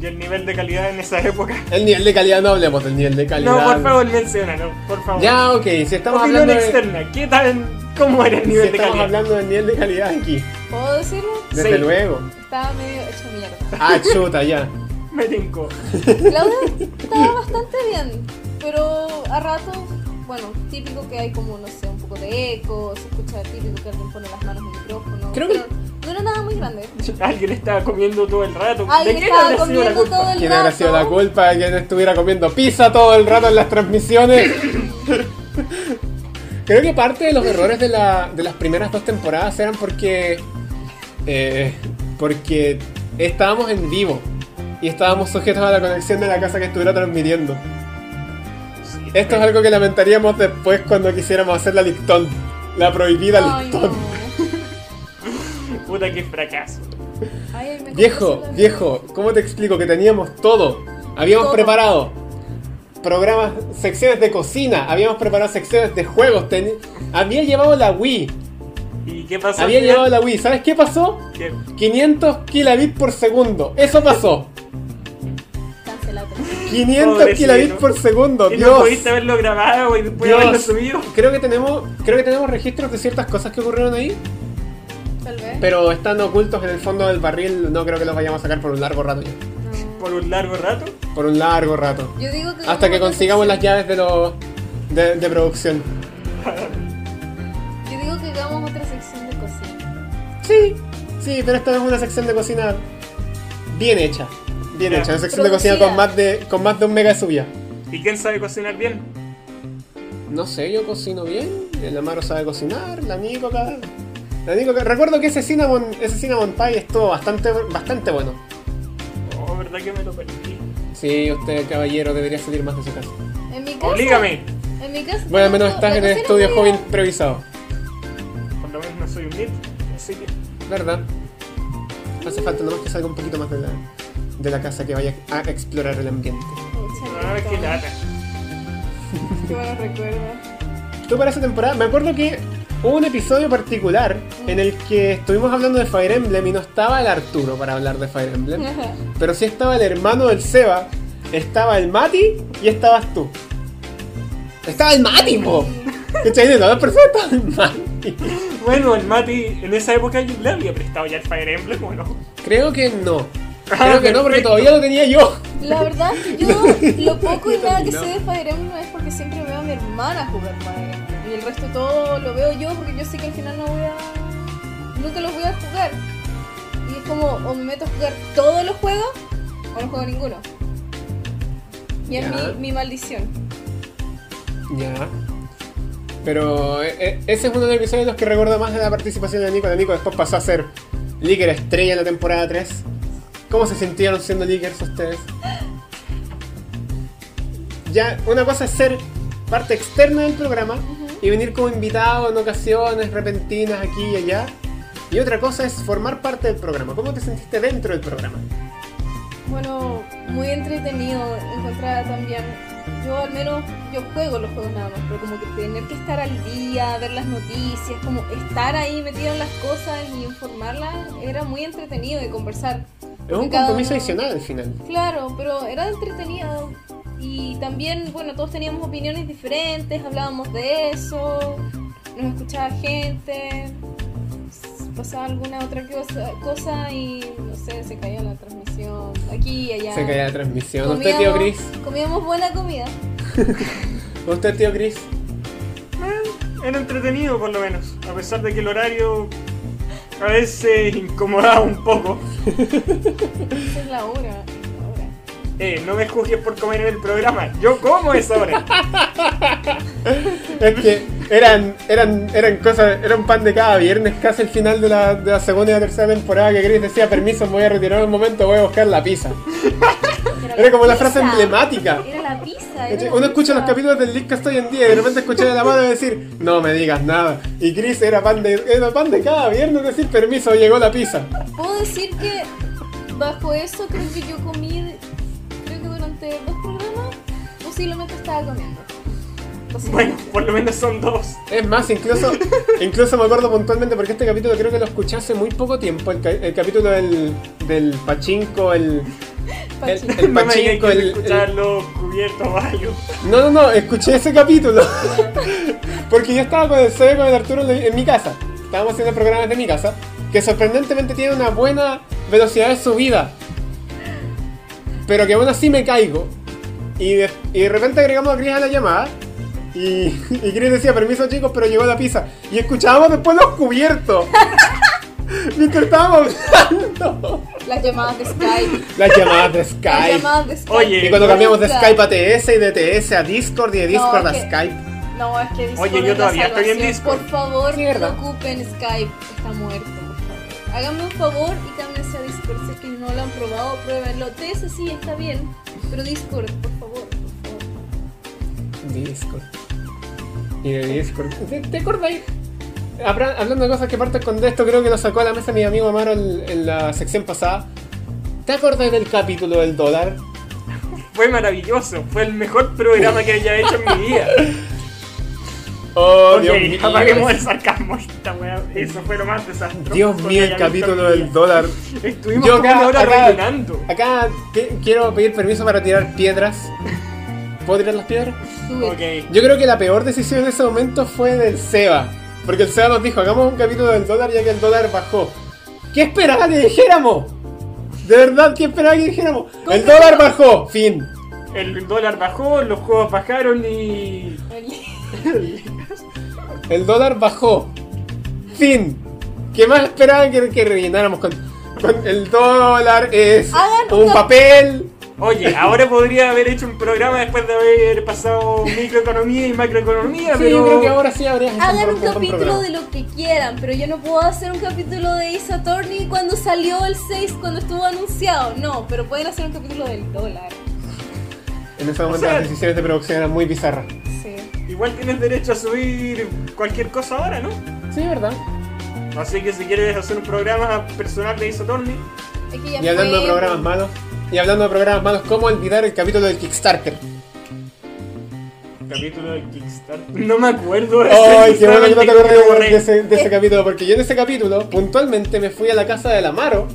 G: Y el nivel de calidad en esa época.
B: El nivel de calidad, no hablemos del nivel de calidad.
G: No, por favor, menciónalo, por favor.
B: Ya, ok, si estamos,
G: Opinión
B: hablando, de-
G: externa, ¿qué tal? ¿Cómo era el
B: si
G: nivel de
B: estamos
G: calidad?
B: hablando del nivel de calidad aquí.
F: ¿Puedo decirlo?
B: Desde
G: Sí.
B: luego.
F: Estaba medio hecho mierda.
B: Ah, chuta, ya.
G: Me tincó.
F: Claudia estaba bastante bien, pero a rato, bueno, típico que hay como, no sé, un poco de eco, se escucha típico que alguien pone las manos en el micrófono.
B: Creo que-
F: pero no era nada muy grande.
G: Alguien estaba comiendo todo el rato. ¿De
F: Alguien
G: quién habrá
F: estaba
G: sido la
F: comiendo
G: culpa?
F: todo el
B: ¿Quién habrá sido la
F: rato.
B: culpa de que no estuviera comiendo pizza todo el rato en las transmisiones? <laughs> Creo que parte de los errores de, la- de las primeras dos temporadas eran porque. eh, porque estábamos en vivo y estábamos sujetos a la conexión de la casa que estuviera transmitiendo. Esto es algo que lamentaríamos después cuando quisiéramos hacer la Lictón. La prohibida
F: Ay,
B: Lictón.
F: no.
G: Puta, qué fracaso.
F: Ay, me
B: Viejo,
F: complace la-
B: viejo, ¿cómo te explico que teníamos todo? Habíamos
F: Todo.
B: preparado programas, secciones de cocina, habíamos preparado secciones de juegos, teni- había llevado la Wii,
G: ¿Y qué pasó?
B: había
G: al
B: llevado
G: final?
B: la Wii, ¿sabes qué pasó?
G: ¿Qué?
B: 500 kilabits por segundo, eso pasó,
F: Cancelado.
B: 500
G: Pobrecito.
B: kilabits por segundo,
G: Y no
B: Dios.
G: pudiste haberlo grabado y después
B: Dios.
G: haberlo subido.
B: Creo que tenemos, creo que tenemos registros de ciertas cosas que ocurrieron ahí,
F: Tal vez.
B: pero están ocultos en el fondo del barril, no creo que los vayamos a sacar por un largo rato ya.
F: No.
G: Por un largo rato.
B: Por un largo rato.
F: Yo digo que.
B: Hasta que
F: como
B: consigamos las
F: hagamos
B: llaves de los de, de producción.
F: otra sección- Yo digo que hagamos otra sección de cocina.
B: Sí, sí, pero esta es una sección de cocina bien hecha. Bien
G: Ya.
B: hecha, una sección de
F: Producida.
B: cocina con más de con más de un mega de subida.
G: ¿Y quién sabe cocinar bien?
B: No sé, yo cocino bien, el Amaro sabe cocinar, la Nico acá. La Nico acá- Recuerdo que ese cinnamon, ese cinnamon pie estuvo bastante bastante bueno.
G: Oh, ¿verdad que me lo perdí?
B: Sí, usted caballero debería salir más de su casa.
F: En mi casa.
G: Oblígame.
F: En mi casa.
B: Bueno, al menos
F: no,
B: estás
F: la
B: en el
F: cocina
B: estudio
F: es
B: joven
F: mía.
B: improvisado.
G: Por lo menos no soy un nit. Así que.
B: ¿Verdad? Hace falta nomás que salga un poquito más de la, de la casa, que vaya a explorar el ambiente.
G: Ah,
F: Pucha,
G: qué lata.
F: Qué buenos recuerdos.
B: Tú para esa temporada, me acuerdo que hubo un episodio particular en el que estuvimos hablando de Fire Emblem y no estaba el Arturo para hablar de Fire Emblem, pero sí estaba el hermano del Seba, estaba el Mati y estabas tú. Estaba el Mati, po. ¿Cachai? De todas las personas estaba el Mati.
G: Bueno, el Mati en esa época yo le había prestado ya el Fire Emblem, ¿o no?
B: Creo que no.
G: Ah,
B: Creo que no, porque
G: perfecto.
B: todavía lo tenía yo.
F: <laughs> La verdad, yo lo poco y nada que
B: No.
F: sé de Fire Emblem es porque siempre veo a mi hermana jugar Fire Emblem. Y el resto todo lo veo yo porque yo sé que al final no voy a. Nunca los voy a jugar. Y es como, o me meto a jugar todos los juegos o no juego ninguno. Y es
B: Ya.
F: mi, mi maldición.
B: Ya. Pero eh, eh, ese es uno de los episodios en los que recuerdo más de la participación de Nico. La Nico después pasó a ser Licker estrella en la temporada 3. ¿Cómo se sintieron siendo Lickers ustedes? Ya, una cosa es ser parte externa del programa y venir como invitado en ocasiones repentinas aquí y allá. Y otra cosa es formar parte del programa. ¿Cómo te sentiste dentro del programa?
F: Bueno, muy entretenido encontrar también. Yo al menos yo juego los juegos nada más, pero como que tener que estar al día, ver las noticias, como estar ahí metido en las cosas y informarlas, era muy entretenido y conversar.
B: Es un
F: De cada
B: compromiso
F: uno.
B: adicional al final.
F: Claro, pero era entretenido. Y también, bueno, todos teníamos opiniones diferentes, hablábamos de eso, nos escuchaba gente, s- pasaba alguna otra cosa, cosa y no sé, se cayó la transmisión aquí y allá.
B: Se caía la transmisión.
F: Comíamos-
B: ¿Usted, tío Chris?
F: Comíamos buena comida.
B: ¿Usted, tío Chris?
G: Era entretenido por lo menos, a pesar de que el horario a veces incomodaba un poco.
F: Esa es la hora. la hora.
G: Eh, no me juzgues por comer en el programa, yo como esa
B: <laughs>
G: hora.
B: Es que eran, eran, eran cosas, era un pan de cada viernes, casi el final de la, de la segunda y la tercera temporada que Chris decía, permiso, me voy a retirar un momento, voy a buscar la pizza. Era como la frase
F: pizza.
B: emblemática.
F: Era la pizza. era la
B: Uno escucha
F: pizza.
B: los capítulos del Leadcast hoy en día y de repente escuchaba a la mano decir, no me digas nada. Y Chris era pan de, era pan de cada viernes decir, permiso, llegó la pizza.
F: Puedo decir que bajo eso creo que yo comí, creo que durante dos programas posiblemente estaba comiendo.
G: Bueno,
F: Posiblemente.
G: por lo menos son dos.
B: Es más, incluso, incluso me acuerdo puntualmente porque este capítulo creo que lo escuché hace muy poco tiempo, el, ca- el capítulo del, del pachinko, el...
F: Pachi.
B: El
G: no me digas
B: pachinko,
G: que
B: el- el-
G: escucharlo cubierto varios.
B: No, no, no, escuché ese capítulo. <laughs> Porque yo estaba con el Seba y con el Arturo en en mi casa. Estábamos haciendo programas de mi casa. Que sorprendentemente tiene una buena velocidad de subida. Pero que aún así me caigo. Y de, y de repente agregamos a Chris a la llamada. Y, <laughs> y Chris decía, permiso chicos, pero llegó la pizza. Y escuchábamos después los cubiertos. <laughs> Mientras estábamos <laughs> hablando.
F: Las llamadas de Skype.
B: Las llamadas de Skype.
F: Las llamadas de Skype.
G: Oye,
B: Y cuando cambiamos de
F: Nunca.
B: Skype a TS y de TS a Discord y de
F: No,
B: Discord a
F: es que-
B: Skype.
F: No, es que Discord
G: Oye, yo
F: es la
G: todavía estoy en
F: salvación.
G: Discord.
F: Por favor,
B: Sí,
F: no
B: ¿verdad?
F: ocupen Skype. Está muerto, por favor. Háganme un favor y cámbiense a Discord. Si es que no lo han probado, pruébenlo. TS sí está bien, pero Discord, por favor, por favor.
B: Discord. Y de Discord. ¿Te, te acordáis? Habra- hablando de cosas que parten con esto, creo que lo sacó a la mesa mi amigo Amaro en, en la sección pasada. ¿Te acordáis del capítulo del dólar?
G: fue maravilloso. Fue el mejor programa que haya hecho en mi vida.
B: <laughs> Oh,
G: Ok,
B: Dios mío.
G: apaguemos el sarcasmo. Esta weá, eso fue lo más desastroso.
B: Dios mío, el
G: que haya visto
B: capítulo
G: en mi
B: del
G: vida.
B: dólar.
G: Estuvimos
B: Yo
G: como
B: acá-
G: una hora
B: acá-
G: rellenando.
B: Acá qui- quiero pedir permiso para tirar piedras. ¿Puedo tirar las piedras?
F: Do it.
G: Ok.
B: Yo creo que la peor decisión en ese momento fue del Seba. Porque el Seba nos dijo, hagamos un capítulo del dólar ya que el dólar bajó. ¿Qué esperaba que dijéramos? De verdad, ¿qué esperaba que dijéramos? El dólar bajó, fin.
G: El dólar bajó, los juegos bajaron y.
B: El dólar bajó, fin. ¿Qué más esperaban que, que rellenáramos con, con el dólar? Es
F: Hagan
B: un
F: una-
B: papel.
G: Oye, ahora podría haber hecho un programa después de haber pasado microeconomía y macroeconomía,
B: Sí,
G: pero.
B: yo creo que ahora sí habría que
F: Hagan
B: comprar
F: un capítulo
B: programa.
F: de lo que quieran, pero yo no puedo hacer un capítulo de Isa Torney cuando salió el 6, cuando estuvo anunciado. No, pero pueden hacer un capítulo del dólar.
B: En ese momento
G: O sea-
B: las decisiones de producción eran muy bizarras.
F: Sí.
G: Igual tienes derecho a subir cualquier cosa ahora, ¿no?
B: Sí, ¿verdad?
G: Así que si quieres hacer un programa personal de Isotorni,
F: Es que ya
B: Y hablando
F: fue-
B: de programas malos, y hablando de programas malos, ¿cómo olvidar el capítulo del
G: <laughs>
B: Kickstarter?
G: capítulo de Kickstarter. No me <laughs> acuerdo de
B: Ay, qué bueno que no te
G: sinceramente,
B: acuerdas
G: lo
B: de,
G: borré.
B: ese, de ese capítulo, porque yo en ese capítulo, puntualmente, me fui a la casa del Amaro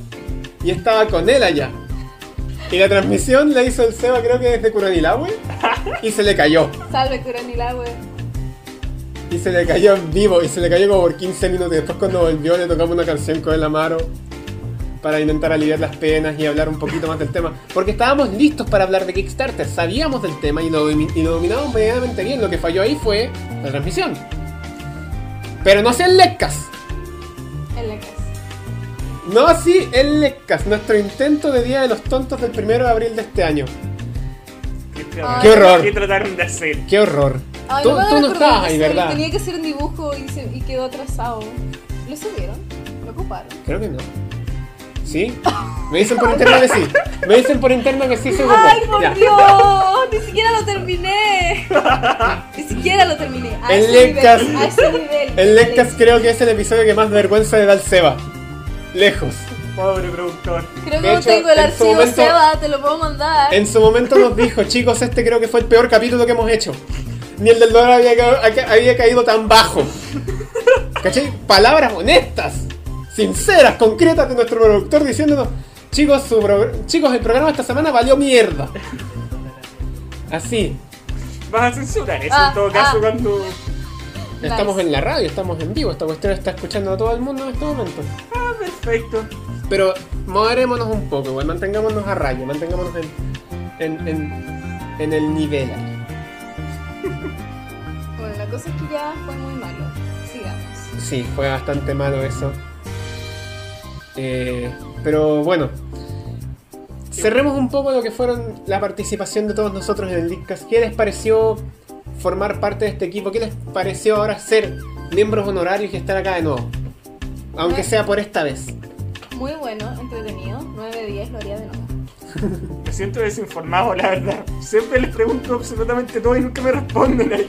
B: y estaba con él allá. Y la transmisión la hizo el Seba, creo que desde Curanilahue, y se le cayó.
F: Salve, Curanilagüe.
B: Y se le cayó en vivo, y se le cayó como por 15 minutos. y Después, cuando volvió, le tocamos una canción con el Amaro para intentar aliviar las penas y hablar un poquito más del tema. Porque estábamos listos para hablar de Kickstarter, sabíamos del tema y lo, domi- y lo dominábamos medianamente bien. Lo que falló ahí fue la transmisión. Pero no sean lecas.
F: En la casa.
B: No así el Lecas, nuestro intento de Día de los Tontos del 1 de abril de este año.
G: Ay,
B: Qué horror.
G: ¿Qué trataron de hacer?
B: ¡Qué horror!
F: Ay,
B: tú
F: me
B: tú no
F: acuerdo
B: estabas
F: que
B: ahí,
F: se-
B: ¿verdad?
F: Tenía que hacer un dibujo y, se- y quedó atrasado. ¿Lo subieron? ¿Lo ocuparon?
B: Creo que no. ¿Sí? Me dicen por interno que sí. Me dicen por interno que sí se ocupó.
F: ¡Ay, por
B: Ya.
F: Dios! Ni siquiera lo terminé. <laughs> Ni siquiera lo terminé. A
B: El
F: ese
B: Lecas.
F: nivel, A ese nivel.
B: El Lecas creo que es el episodio que más vergüenza le da al Seba. Lejos.
G: Pobre productor.
F: Creo que
B: De
F: no
B: hecho,
F: tengo el
B: en su
F: archivo,
B: momento-
F: Seba, te lo puedo mandar.
B: En su momento nos dijo, chicos, este creo que fue el peor capítulo que hemos hecho. Ni el del dólar había, ca- aca- había caído tan bajo. ¿Cachai? Palabras honestas, sinceras, concretas de nuestro productor diciéndonos, chicos, su progr- chicos el programa esta semana valió mierda. Así,
G: Vas a censurar eso
F: Ah,
G: en todo caso
F: ah.
G: cuando.
B: estamos
F: Nice.
B: en la radio, estamos en vivo, esta cuestión está escuchando a todo el mundo en este momento.
G: Ah, perfecto.
B: Pero moderémonos un poco, igual, mantengámonos a raya, mantengámonos en, en, en, en el nivel.
F: Bueno, la cosa es que ya fue muy malo. Sigamos.
B: Sí, fue bastante malo eso. Eh, pero bueno. Cerremos un poco lo que fueron la participación de todos nosotros en el Leadcast. ¿Qué les pareció formar parte de este equipo? ¿Qué les pareció ahora ser miembros honorarios y estar acá de nuevo? Aunque sea por esta vez.
F: Muy bueno, entretenido. 9 de 10, lo haría de nuevo.
G: Me siento desinformado, la verdad. Siempre les pregunto absolutamente todo y nunca me responden ahí.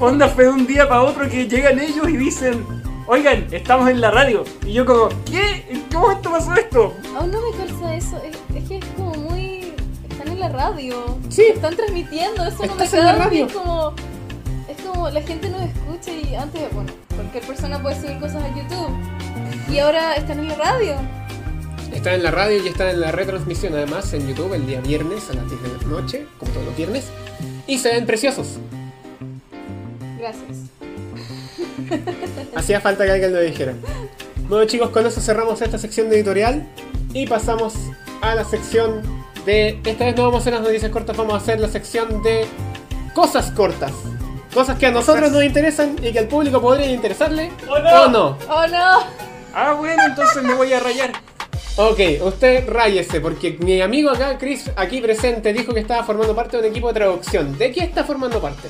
G: Onda fue de un día para otro que llegan ellos y dicen, oigan, estamos en la radio. Y yo como, ¿qué? ¿En qué momento pasó esto?
F: Aún no me calza eso. Es, es que es como muy. Están en la radio.
B: Sí.
F: Están transmitiendo. Eso no me
B: Estás en la
F: calza.
B: radio.
F: Es como. Es como la gente nos escucha y antes, bueno, cualquier persona puede subir cosas a YouTube. Y ahora están en la radio.
B: Están en la radio y están en la retransmisión además en YouTube el día viernes a las 10 de la noche, como todos los viernes. Y se ven preciosos.
F: Gracias.
B: Hacía falta que alguien lo dijera. Bueno chicos, con eso cerramos esta sección de editorial y pasamos a la sección de... Esta vez no vamos a hacer las noticias cortas, vamos a hacer la sección de cosas cortas. Cosas que a nosotros
G: Cosas.
B: nos interesan y que al público podría interesarle
G: ¿O no?
B: o no.
F: ¡Oh no!
G: Ah, bueno, entonces me voy a rayar.
B: Ok, usted ráyese porque mi amigo acá, Chris, aquí presente, dijo que estaba formando parte de un equipo de traducción. ¿De qué está formando parte?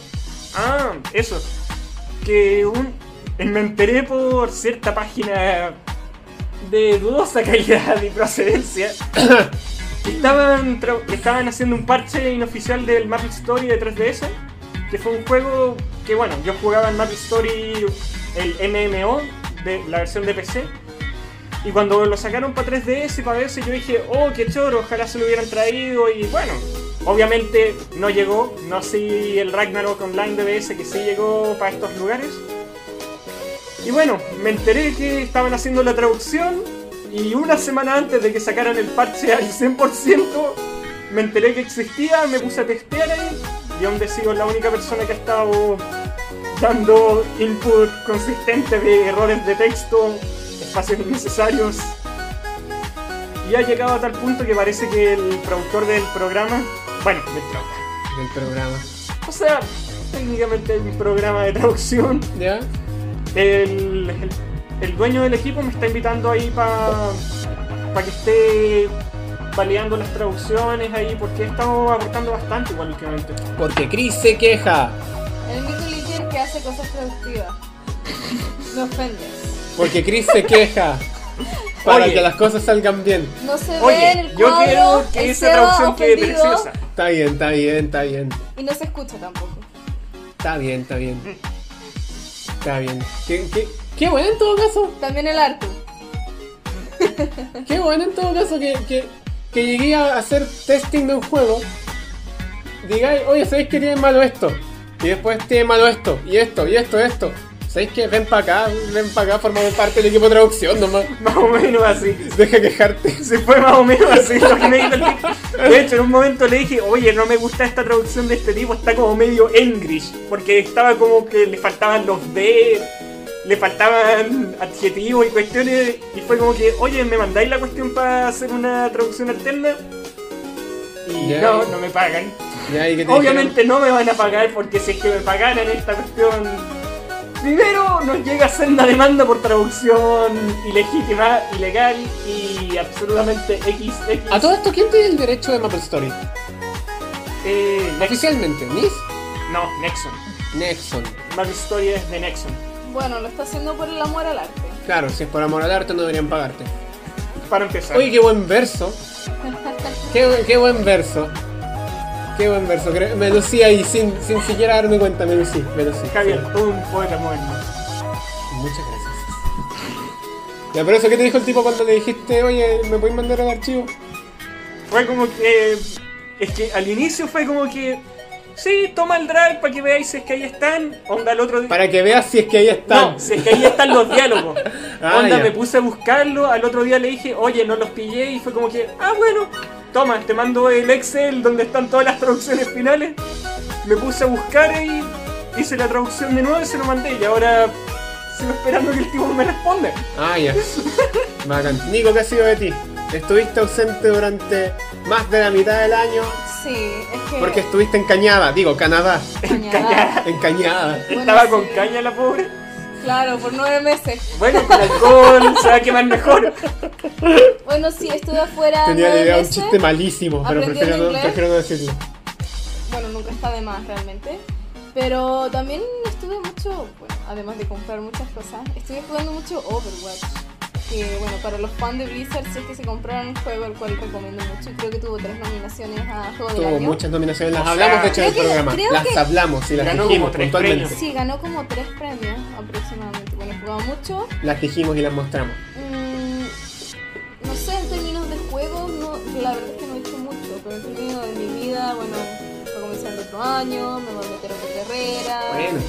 G: Ah, eso. Que un... me enteré por cierta página de dudosa calidad y procedencia. que estaban, tra- que estaban haciendo un parche inoficial del Marvel Story de 3DS. Que fue un juego que, bueno, yo jugaba en Marvel Story el MMO de la versión de PC. Y cuando lo sacaron para 3DS y para DS, yo dije, oh, qué choro, ojalá se lo hubieran traído. Y bueno, Obviamente no llegó, no así el Ragnarok Online de BS que sí llegó para estos lugares. Y bueno, me enteré que estaban haciendo la traducción y una semana antes de que sacaran el parche al 100%, me enteré que existía, me puse a testear ahí y aún de sigo la única persona que ha estado dando input consistente de errores de texto, espacios innecesarios. Y ha llegado a tal punto que parece que el traductor del programa, bueno, del traductor,
B: del programa.
G: o sea, técnicamente el programa de traducción
B: ¿Ya?
G: el, el- el dueño del equipo me está invitando ahí para que esté baleando las traducciones ahí, porque he estado aportando bastante igual últimamente.
B: Porque Chris se queja.
F: El único líder que hace cosas productivas. No ofendes.
B: Porque Chris se queja. Para
G: Oye.
B: que las cosas salgan bien.
F: No se ve en
G: Oye,
F: el
G: yo
F: cuadro.
G: quiero que
F: el
G: esa
F: Seba
G: traducción quede
F: ofendido,
G: preciosa.
B: Está bien, está bien, está bien.
F: Y no se escucha tampoco.
B: Está bien, está bien. Está bien. Qué, qué, qué bueno en todo caso.
F: También el Artu.
B: Qué bueno en todo caso que, que, que llegué a hacer testing de un juego. Digáis, oye, ¿sabéis que tiene malo esto? Y después tiene malo esto, y esto, y esto, esto. ¿Sabéis que ven para acá, ven para acá, formamos parte del equipo de traducción nomás?
G: <laughs> Más o menos así.
B: <laughs> Deja quejarte.
G: Se fue más o menos así <laughs> lo que me dijo el tipo. De hecho, en un momento le dije, oye, no me gusta esta traducción de este tipo, está como medio English, porque estaba como que le faltaban los D, le faltaban adjetivos y cuestiones, y fue como que, oye, ¿me mandáis la cuestión para hacer una traducción alterna? Y
B: Ya.
G: no, no me pagan.
B: Ya, ¿y qué te
G: Obviamente no me van a pagar porque si es que me pagaran esta cuestión... Primero nos llega a ser una demanda por traducción ilegítima, ilegal y absolutamente XX.
B: dijeron? A todo esto, ¿quién tiene el derecho de Maple Story?
G: Eh, Nexon.
B: Oficialmente, ¿Nis?
G: No, Nexon.
B: Nexon.
G: Más historia es de Nexon.
F: Bueno, lo está haciendo por el amor al arte.
B: Claro, si es por amor al arte no deberían pagarte.
G: Para empezar.
B: Oye, qué buen verso. Qué, bu- qué buen verso. Qué buen verso. Cre- Me lucí ahí sin, sin siquiera darme cuenta. Me lucí, me lucí.
G: Javier, tú un poeta moderno.
B: Muchas gracias. Ya, pero eso, ¿qué te dijo el tipo cuando le dijiste, oye, me podéis mandar el archivo?
G: Fue como que... Es que al inicio fue como que... Sí, toma el drive para que veáis si es que ahí están. Onda el otro día...
B: Para que veas si es que ahí están.
G: No, si es que ahí están los diálogos.
B: <laughs> Ah,
G: Onda,
B: ya.
G: me puse a buscarlo, al otro día le dije, oye, no los pillé, y fue como que, ah, bueno, toma, te mando el Excel donde están todas las traducciones finales. Me puse a buscar y hice la traducción de nuevo y se lo mandé, y ahora sigo esperando que el tipo me responda.
B: Ah, ya. Bacán. Nico, ¿qué ha sido de ti? Estuviste ausente durante más de la mitad del año
F: Sí, es que.
B: porque estuviste encañada. Digo, Canadá. <laughs>
F: Cañada.
B: Encañada.
F: Bueno,
G: Estaba con
F: sí.
G: caña la pobre.
F: Claro, por nueve meses.
G: Bueno, con alcohol se va a quemar mejor.
F: Bueno, sí, estuve afuera
B: Tenía la
F: nueve
B: idea de un
F: meses.
B: chiste malísimo, pero
F: Aprendí
B: prefiero
F: el
B: no,
F: inglés.
B: prefiero no decirlo.
F: bueno, nunca está de más realmente. Pero también estuve mucho, bueno, además de comprar muchas cosas, estuve jugando mucho Overwatch. Que bueno, para los fans de Blizzard, si es que se compraron un juego, el cual recomiendo mucho, y creo que tuvo tres nominaciones a Juego del
B: Tuvo
F: Año.
B: muchas nominaciones, las
G: O sea,
B: hablamos de hecho en el
F: creo que-
B: programa.
F: creo
B: Las
F: que-
B: hablamos y las
G: Ganó como
B: dijimos
G: tres
B: puntualmente.
G: premios.
F: Sí, ganó como tres premios aproximadamente. Bueno, he jugado mucho.
B: Las dijimos y las mostramos.
F: Mm, no sé, en términos de juegos, no, la verdad es que no he hecho mucho, pero en términos de mi vida, bueno, voy a comenzar el otro año, me voy a meter a otra carrera.
B: Bueno,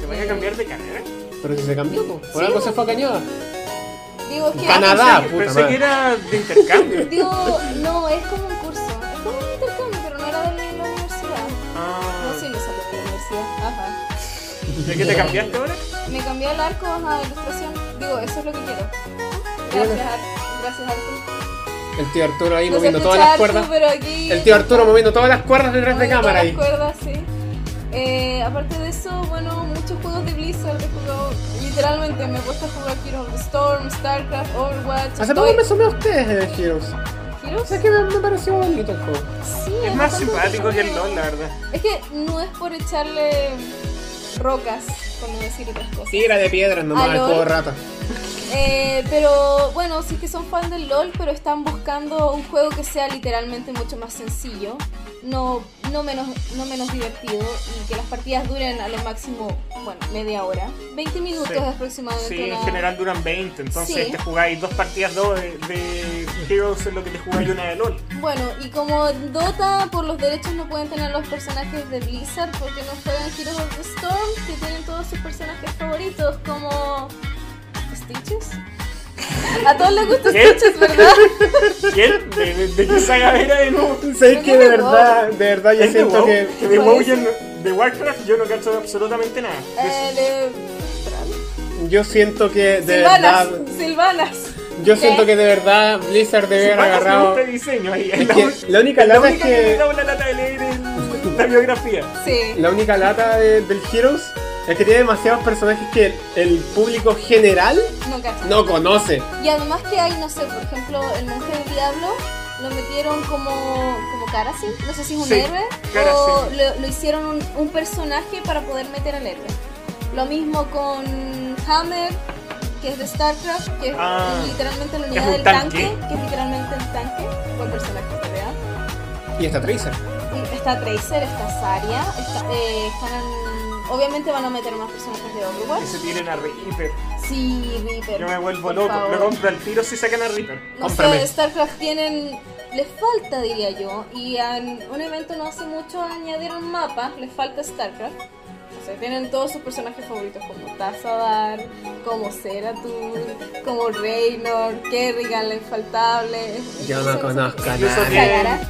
G: ¿Te voy a cambiar de carrera?
B: pero si se cambió, po. por
F: pues, Sí,
B: algo
F: po. ah, pues,
B: se fue a Cañada.
F: Digo, es que
B: Canadá,
G: Pensé-
B: puta
G: Pensé
B: madre.
G: que era de intercambio.
F: Digo, no, es como un curso, es como un intercambio, pero no era de la universidad.
G: Ah,
F: <laughs> No, sí, me salió de la universidad, ajá.
G: ¿De qué te cambiaste ahora?
F: Me cambié el arco a ilustración, digo, eso es lo que quiero. Gracias, Ar- gracias Artu.
B: El tío Arturo ahí
F: No se
B: moviendo
F: escucha
B: todas las
F: Artu,
B: cuerdas.
F: pero aquí...
B: El tío Arturo moviendo todas las cuerdas detrás de
F: Moviendo
B: cámara ahí.
F: Las cuerdas, sí. Eh, aparte de eso, bueno, muchos juegos de Blizzard he jugado, literalmente me he puesto a jugar Heroes of the Storm, Starcraft, Overwatch.
B: Hace poco
F: estoy-
B: me sumé a ustedes en el Heroes.
F: ¿Heroes?
B: ¿Sabes que me, me pareció bonito el juego?
F: Sí,
G: Es más
F: bastante
G: simpático que el
F: entretenido.
G: LOL, la verdad.
F: Es que no es por echarle rocas, por no decir otras cosas.
B: Tira de piedras nomás el
F: Aló.
B: juego de rato.
F: Eh, pero bueno, sí que son fan del LOL, pero están buscando un juego que sea literalmente mucho más sencillo. no, no, menos, no menos divertido y que las partidas duren a lo máximo, bueno, media hora. 20 minutos
G: Sí.
F: aproximadamente.
G: Sí, en
F: una-
G: general duran 20, entonces
F: Sí.
G: te jugáis dos partidas dos de, de Heroes en lo que te jugáis una de LOL.
F: Bueno, y como Dota por los derechos no pueden tener los personajes de Blizzard porque no juegan Heroes of the Storm, que tienen todos sus personajes favoritos como Stitches. A todos les gusta
G: ¿Qué?
F: Stitches, ¿verdad?
G: ¿Quién? ¿De, de, de qué saga era de nuevo?
B: Sabéis que de verdad, de verdad yo
G: Es de
B: siento
G: WoW,
B: que.
G: que de, WoW yo no- de Warcraft yo no cacho absolutamente nada.
F: Eh, de...
B: Yo siento que de
F: Silvanas,
B: verdad.
F: Silvanas.
B: Yo
F: ¿Qué?
B: siento que de verdad Blizzard debe haber
G: Silvanas me
B: agarrado.
G: gusta el diseño ahí.
B: Es
G: la,
B: que
G: un-
B: la única
G: la
B: lata es
G: única que me
B: que.
G: da una lata de leer en la biografía.
F: Sí.
G: <laughs>
B: La única lata de- del Heroes es que tiene demasiados personajes que el, el público general
F: No cacho.
B: no conoce.
F: Y además que hay, no sé, por ejemplo, el monje del diablo lo metieron como, como Karasin, no sé si es un
G: Sí,
F: héroe, o
G: Karasin.
F: lo, lo hicieron un, un personaje para poder meter al héroe. Lo mismo con Hammer, que es de StarCraft, que es
G: Ah,
F: literalmente la
G: es
F: unidad
G: un
F: del tanque.
G: tanque.
F: que es literalmente el tanque, buen personaje en realidad.
B: Y está Tracer.
F: Y Está Tracer, está Zarya, está, eh, están... Obviamente van a meter más personajes de
G: Que se
F: Overwatch.
G: tiren a Reaper.
F: Sí, Reaper.
G: Yo me vuelvo
F: por
G: loco.
F: favor.
G: Lo compro al tiro si sacan a Reaper.
F: No
B: Cómprame.
F: sé, StarCraft tienen. Les falta, diría yo. Y en un evento no hace mucho añadieron mapas, les falta StarCraft. O sea, tienen todos sus personajes favoritos, como Tazadar, como Zeratul, como Reynor, Kerrigan, la infaltable.
B: Yo no
F: Entonces,
B: conozco a
G: Incluso
B: nadie.
G: tienen,
F: Alara.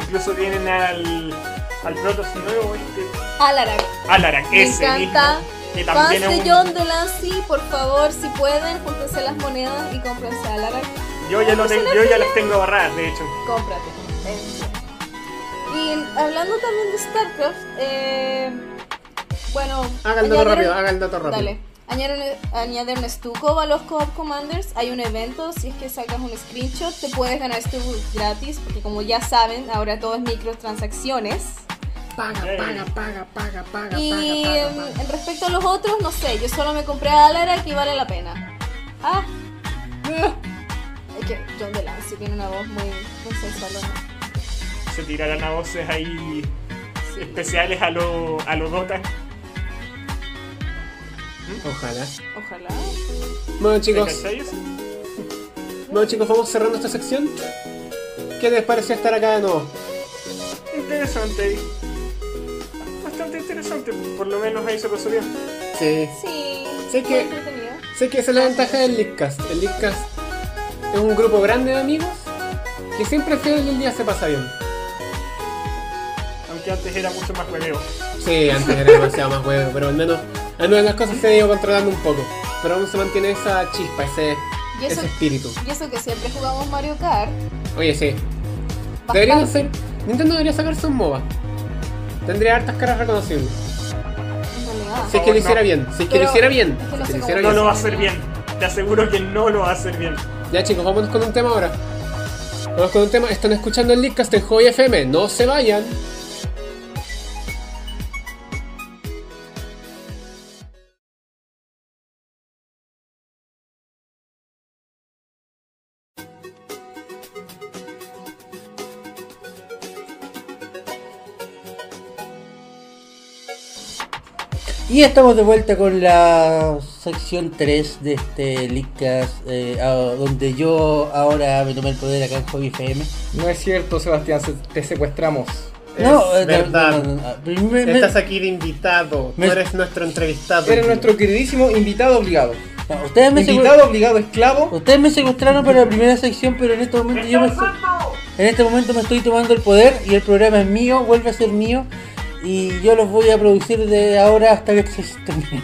G: incluso tienen al, al Protoss nuevo, este,
F: Alarak.
G: Alarak,
F: Me
G: ese
F: encanta.
G: mismo, que
F: Fans
G: también
F: de
G: es un,
F: John Delancey, por favor, si pueden, júntense las monedas y cómprense a Alarak.
G: yo ya, lo tengo, yo ya las tengo borradas, de hecho.
F: cómprate. ven. Y hablando también de StarCraft, eh, bueno.
B: Haga el dato
F: añadieron-
B: rápido, haga el dato rápido.
F: Dale. Añadieron, añadieron Stuco a los co-op commanders. Hay un evento, si es que sacas un screenshot, te puedes ganar Stuco gratis, porque como ya saben, ahora todo es microtransacciones.
G: Eh,
F: Y em, respecto a los otros, no sé, yo solo me compré a Alara que vale la pena. Ah, <laughs> es que John DeLance tiene una voz muy, muy sensualona.
G: Se tirarán a voces ahí
F: Sí.
G: especiales a los a los Dota.
B: Ojalá.
F: Ojalá.
B: Bueno
G: ¿Te
B: chicos,
G: cachai eso?
B: bueno chicos, vamos cerrando esta sección. ¿Qué les pareció estar acá de nuevo?
G: Interesante. Bastante interesante, por lo menos ahí se pasó bien.
B: Sí.
F: Sí.
B: Sé que-
F: fue entretenido.
B: Sé que esa es la ventaja del Leadcast. El Leadcast es un grupo grande de amigos que siempre es fiel y el día se pasa bien.
G: Aunque antes era mucho más hueveo.
B: Sí, antes era demasiado más huevo, pero al menos, al menos las cosas se han ido controlando un poco. Pero aún se mantiene esa chispa, ese,
F: Y eso,
B: ese espíritu.
F: y eso que siempre jugamos Mario Kart.
B: Oye, sí.
F: bastante.
B: Deberían hacer. Nintendo debería sacarse un MOBA. Tendría hartas caras reconocibles.
F: En realidad.
B: Si es que
G: favor,
B: lo hiciera
G: no.
B: bien, si es que
F: Pero-
B: lo hiciera bien.
F: es que
B: Si
F: no
B: es que
F: sé
B: lo
F: cómo
B: hiciera
F: lo
G: No lo
B: bien.
G: va a hacer bien. Te aseguro que no lo va a hacer bien.
B: Ya chicos, vámonos con un tema ahora. Vamos con un tema. Están escuchando el Leadcast en Joy FM. No se vayan.
D: Y estamos de vuelta con la sección 3 de este Leadcast, eh, a- donde yo ahora me tomé el poder acá en Hobby FM.
C: No es cierto, Sebastián, se- te secuestramos.
D: No,
B: Es
D: eh, no,
B: verdad.
D: no, no,
C: Ah,
D: no. Me- me-
B: Estás aquí de invitado. Tú
D: me-
B: eres nuestro entrevistado.
C: Eres nuestro queridísimo invitado obligado.
D: no, ustedes, me secu-
C: Ah, Invitado obligado esclavo.
D: ustedes me secuestraron para la primera sección, pero en este momento yo me, en este momento me estoy tomando el poder y el programa es mío, vuelve a ser mío. Y yo los voy a producir de ahora hasta que se termine.